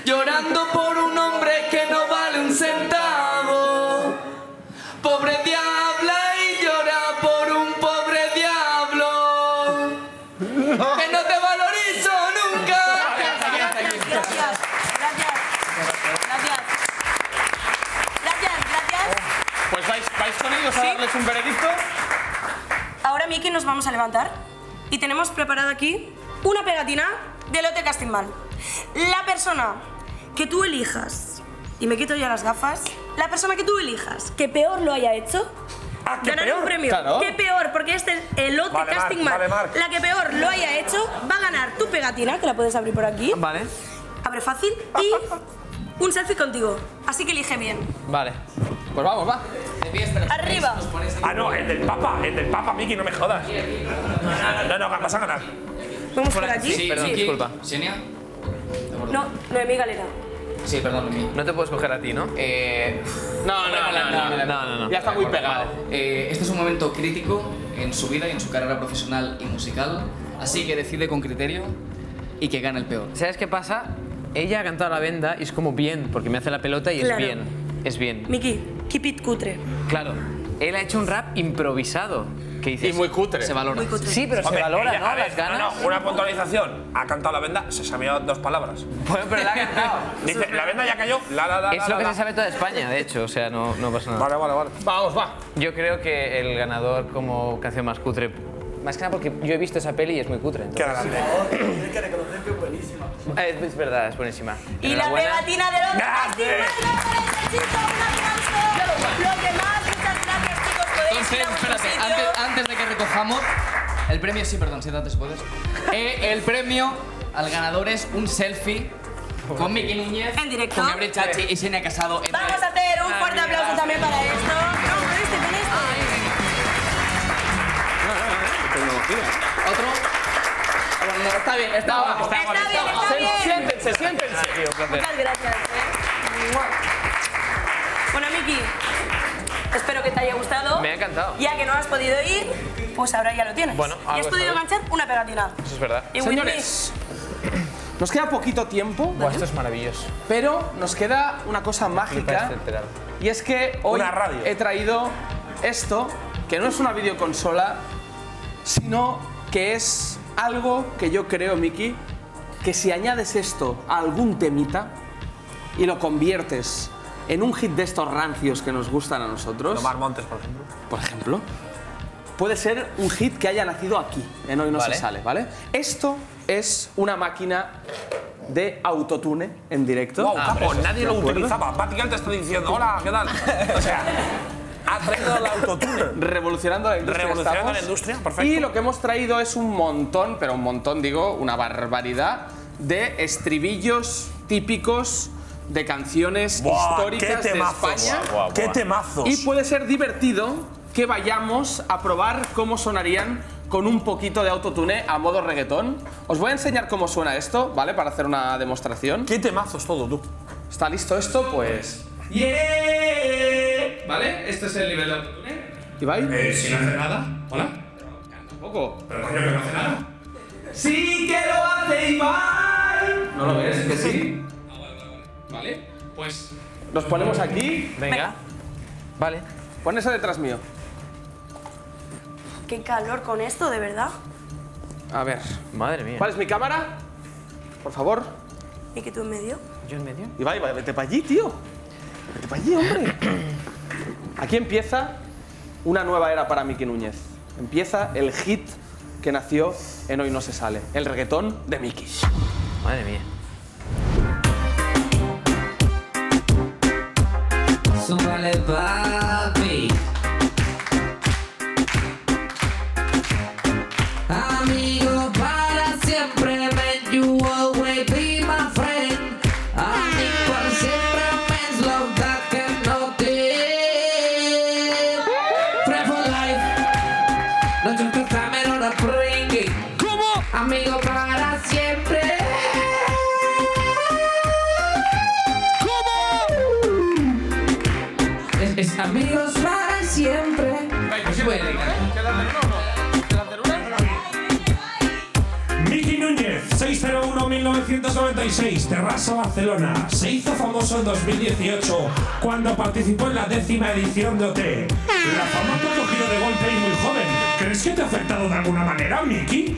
[SPEAKER 5] llorando por un hombre que no vale un centavo. Pobre diabla y llora por un pobre diablo que no te valorizo nunca.
[SPEAKER 11] Gracias, gracias, gracias. Gracias. Gracias, gracias.
[SPEAKER 1] Pues vais, vais con ellos a
[SPEAKER 11] Sí.
[SPEAKER 1] darles un veredicto.
[SPEAKER 11] Ahora, Miki, nos vamos a levantar y tenemos preparado aquí una pegatina de Lote Castingman. La persona que tú elijas, y me quito ya las gafas, la persona que tú elijas que peor lo haya hecho
[SPEAKER 3] Ah, que
[SPEAKER 11] ganará
[SPEAKER 3] peor,
[SPEAKER 11] un premio.
[SPEAKER 3] claro.
[SPEAKER 11] Que peor, porque este es el lote
[SPEAKER 3] Vale, Marc,
[SPEAKER 11] casting más.
[SPEAKER 3] vale, Marc.
[SPEAKER 11] La que peor lo haya hecho va a ganar tu pegatina, que la puedes abrir por aquí.
[SPEAKER 12] Vale.
[SPEAKER 11] Abre fácil y un selfie contigo. Así que elige bien.
[SPEAKER 12] Vale.
[SPEAKER 1] Pues vamos, va.
[SPEAKER 11] Arriba.
[SPEAKER 3] Ah, no, el del Papa, el del Papa, Miki, no me jodas. No, no, vas a ganar.
[SPEAKER 11] Vamos por aquí.
[SPEAKER 12] Sí, perdón, disculpa.
[SPEAKER 5] Xenia.
[SPEAKER 11] No, Noemí Galera.
[SPEAKER 12] Sí, perdón. No te puedo escoger a ti, ¿no? Eh...
[SPEAKER 1] No, no, no, no, no,
[SPEAKER 12] no, no.
[SPEAKER 1] Ya está muy pegado.
[SPEAKER 5] Eh, este es un momento crítico en su vida y en su carrera profesional y musical, así que decide con criterio y que gana el peor.
[SPEAKER 12] ¿Sabes qué pasa? Ella ha cantado la venda y es como bien, porque me hace la pelota y
[SPEAKER 11] Claro.
[SPEAKER 12] es bien. Es bien.
[SPEAKER 11] Miki, keep it cutre.
[SPEAKER 12] Claro. Él ha hecho un rap improvisado. Que dices,
[SPEAKER 1] Y muy cutre.
[SPEAKER 12] Se valora.
[SPEAKER 11] Muy cutre.
[SPEAKER 12] Sí, pero
[SPEAKER 3] Hombre,
[SPEAKER 12] se valora,
[SPEAKER 3] ella-
[SPEAKER 12] ¿no?
[SPEAKER 3] a ver,
[SPEAKER 12] Las ganas.
[SPEAKER 3] No, no, una puntualización. Ha cantado la venda, se sabía dos palabras.
[SPEAKER 12] Bueno, pero la ha cantado.
[SPEAKER 3] Dice, la venda ya cayó, la, la, la,
[SPEAKER 12] Es
[SPEAKER 3] la,
[SPEAKER 12] lo que
[SPEAKER 3] la.
[SPEAKER 12] se sabe toda España, de hecho, o sea, no, no pasa nada.
[SPEAKER 3] Vale, vale, vale.
[SPEAKER 1] Vamos, va.
[SPEAKER 12] Yo creo que el ganador como canción más cutre, más que nada porque yo he visto esa peli y es muy cutre.
[SPEAKER 3] Qué
[SPEAKER 12] entonces-
[SPEAKER 3] grande.
[SPEAKER 14] Tienes que reconocer que es buenísima.
[SPEAKER 12] Eh, Es, es verdad, es buenísima.
[SPEAKER 11] Y la
[SPEAKER 12] Enhorabuena.
[SPEAKER 11] pegatina del otro casting
[SPEAKER 3] Gracias.
[SPEAKER 11] más grande del chico. Un aplauso. Lo que más, muchas gracias, chicos. este Podéis
[SPEAKER 5] Entonces,
[SPEAKER 11] ir a vuestro
[SPEAKER 5] espérate,
[SPEAKER 11] sitio.
[SPEAKER 5] antes, antes de que recojamos el premio, sí, perdón, si antes puedes. Eh, el premio al ganador es un selfie con Miki Núñez,
[SPEAKER 11] En directo.
[SPEAKER 5] con Gabriel Chachi y Xenia Casado. en
[SPEAKER 11] Vamos a
[SPEAKER 5] directo.
[SPEAKER 11] hacer un fuerte aplauso también para esto. No, con este, con este.
[SPEAKER 5] Otro. Bueno, no, está bien, está,
[SPEAKER 12] No,
[SPEAKER 5] está,
[SPEAKER 11] está bien, está
[SPEAKER 5] Se-
[SPEAKER 11] bien.
[SPEAKER 5] Siéntense,
[SPEAKER 12] Ah,
[SPEAKER 5] siéntense.
[SPEAKER 12] tío, un placer.
[SPEAKER 11] Muchas gracias. ¿eh? Mua. Bueno, Miki, espero que te haya gustado.
[SPEAKER 12] Me ha encantado.
[SPEAKER 11] Ya que no has podido ir, pues ahora ya lo tienes.
[SPEAKER 12] Bueno,
[SPEAKER 11] y has
[SPEAKER 12] algo
[SPEAKER 11] podido
[SPEAKER 12] está bien.
[SPEAKER 11] enganchar una pegatina.
[SPEAKER 12] Eso es verdad.
[SPEAKER 11] Y
[SPEAKER 1] Señores, nos queda poquito tiempo,
[SPEAKER 12] Buah, Pues esto es maravilloso.
[SPEAKER 1] pero nos queda una cosa
[SPEAKER 12] Me parece
[SPEAKER 1] mágica.
[SPEAKER 12] enterar.
[SPEAKER 1] Y es que hoy
[SPEAKER 3] Una radio.
[SPEAKER 1] he traído esto, que no es una videoconsola, sino que es algo que yo creo, Miki, que si añades esto a algún temita y lo conviertes en un hit de estos rancios que nos gustan a nosotros,
[SPEAKER 3] Omar Montes, por ejemplo.
[SPEAKER 1] por ejemplo, puede ser un hit que haya nacido aquí, en Hoy No
[SPEAKER 12] Vale.
[SPEAKER 1] Se Sale, ¿vale? Esto es una máquina de autotune en directo.
[SPEAKER 3] Wow, capo,
[SPEAKER 1] ¿de
[SPEAKER 3] nadie lo
[SPEAKER 1] acuerdo?
[SPEAKER 3] utilizaba. Patical te está diciendo, hola, ¿qué tal? O sea, ha traído el autotune.
[SPEAKER 1] Revolucionando la industria.
[SPEAKER 3] Revolucionando
[SPEAKER 1] estamos.
[SPEAKER 3] la industria, perfecto.
[SPEAKER 1] Y lo que hemos traído es un montón, pero un montón, digo, una barbaridad de estribillos típicos de canciones
[SPEAKER 3] Buah,
[SPEAKER 1] históricas
[SPEAKER 3] qué
[SPEAKER 1] de
[SPEAKER 3] temazos.
[SPEAKER 1] España.
[SPEAKER 3] Buah, buah, Qué buah. temazos.
[SPEAKER 1] Y puede ser divertido que vayamos a probar cómo sonarían con un poquito de autotune a modo reggaetón. Os voy a enseñar cómo suena esto, ¿vale? Para hacer una demostración.
[SPEAKER 3] Qué temazos todo, tú.
[SPEAKER 1] ¿Está listo esto? Pues... ¿Vale? Este es el nivel de autotune. ¿Ibai?
[SPEAKER 3] sin hacer nada. Hola.
[SPEAKER 1] Tampoco.
[SPEAKER 3] Pero coño, que no hace nada.
[SPEAKER 1] Sí que lo hace Ibai. ¿No lo ves? Que sí. Vale, pues los ponemos aquí.
[SPEAKER 12] Venga. Vale.
[SPEAKER 1] Pon eso detrás mío.
[SPEAKER 11] Qué calor con esto, de verdad.
[SPEAKER 1] A ver.
[SPEAKER 12] Madre mía.
[SPEAKER 1] ¿Cuál es mi cámara? Por favor.
[SPEAKER 11] Y que tú en medio.
[SPEAKER 12] ¿Yo en medio?
[SPEAKER 1] Ibai, va- vete para allí, tío. Vete para allí, hombre. Aquí empieza una nueva era para Miki Núñez. Empieza el hit que nació en Hoy No Se Sale. El reggaetón de Miki.
[SPEAKER 12] Madre mía.
[SPEAKER 5] Súbale, papi.
[SPEAKER 10] Amigo para siempre, man, you always be my friend. Amigo para siempre, man's love that cannot end. Friend for life. No te empezame, no nos pringue. ¿Cómo? Amigo para siempre. ¿Cómo? Es, es amigos para siempre.
[SPEAKER 3] Miki Núñez, 601-1996, Terrassa, Barcelona. Se hizo famoso en 2018 cuando participó en la décima edición de OT. La fama te ha cogido de golpe y muy joven. ¿Crees que te ha afectado de alguna manera, Miki?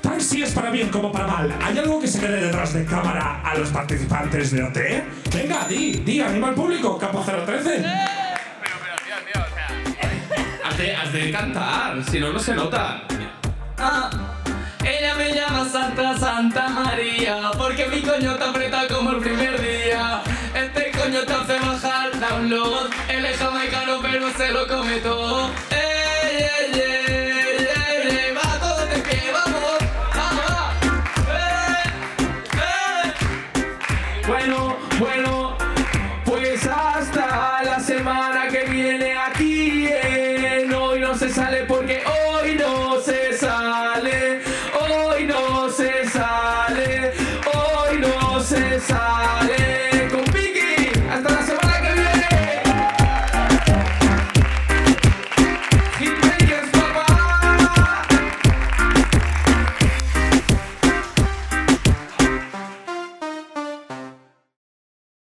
[SPEAKER 3] Tan si es para bien como para mal. ¿Hay algo que se quede detrás de cámara a los participantes de OT? Venga, di, di, anima al público, Capo 013.
[SPEAKER 1] Has de, cantar, si no, no se nota.
[SPEAKER 5] Ah, ella me llama Santa Santa María, porque mi coño te aprieta como el primer día. Este coño te hace bajar down,
[SPEAKER 10] habló. Él es jamaicano, pero se lo come todo. Ey, ey, ey, ey, ey, va todo de pie, vamos. vamos. Ey, ey. Bueno, bueno, pues hasta la semana que viene aquí. en Hoy no se sale porque hoy no se sale. Hoy no se sale. Hoy no se sale.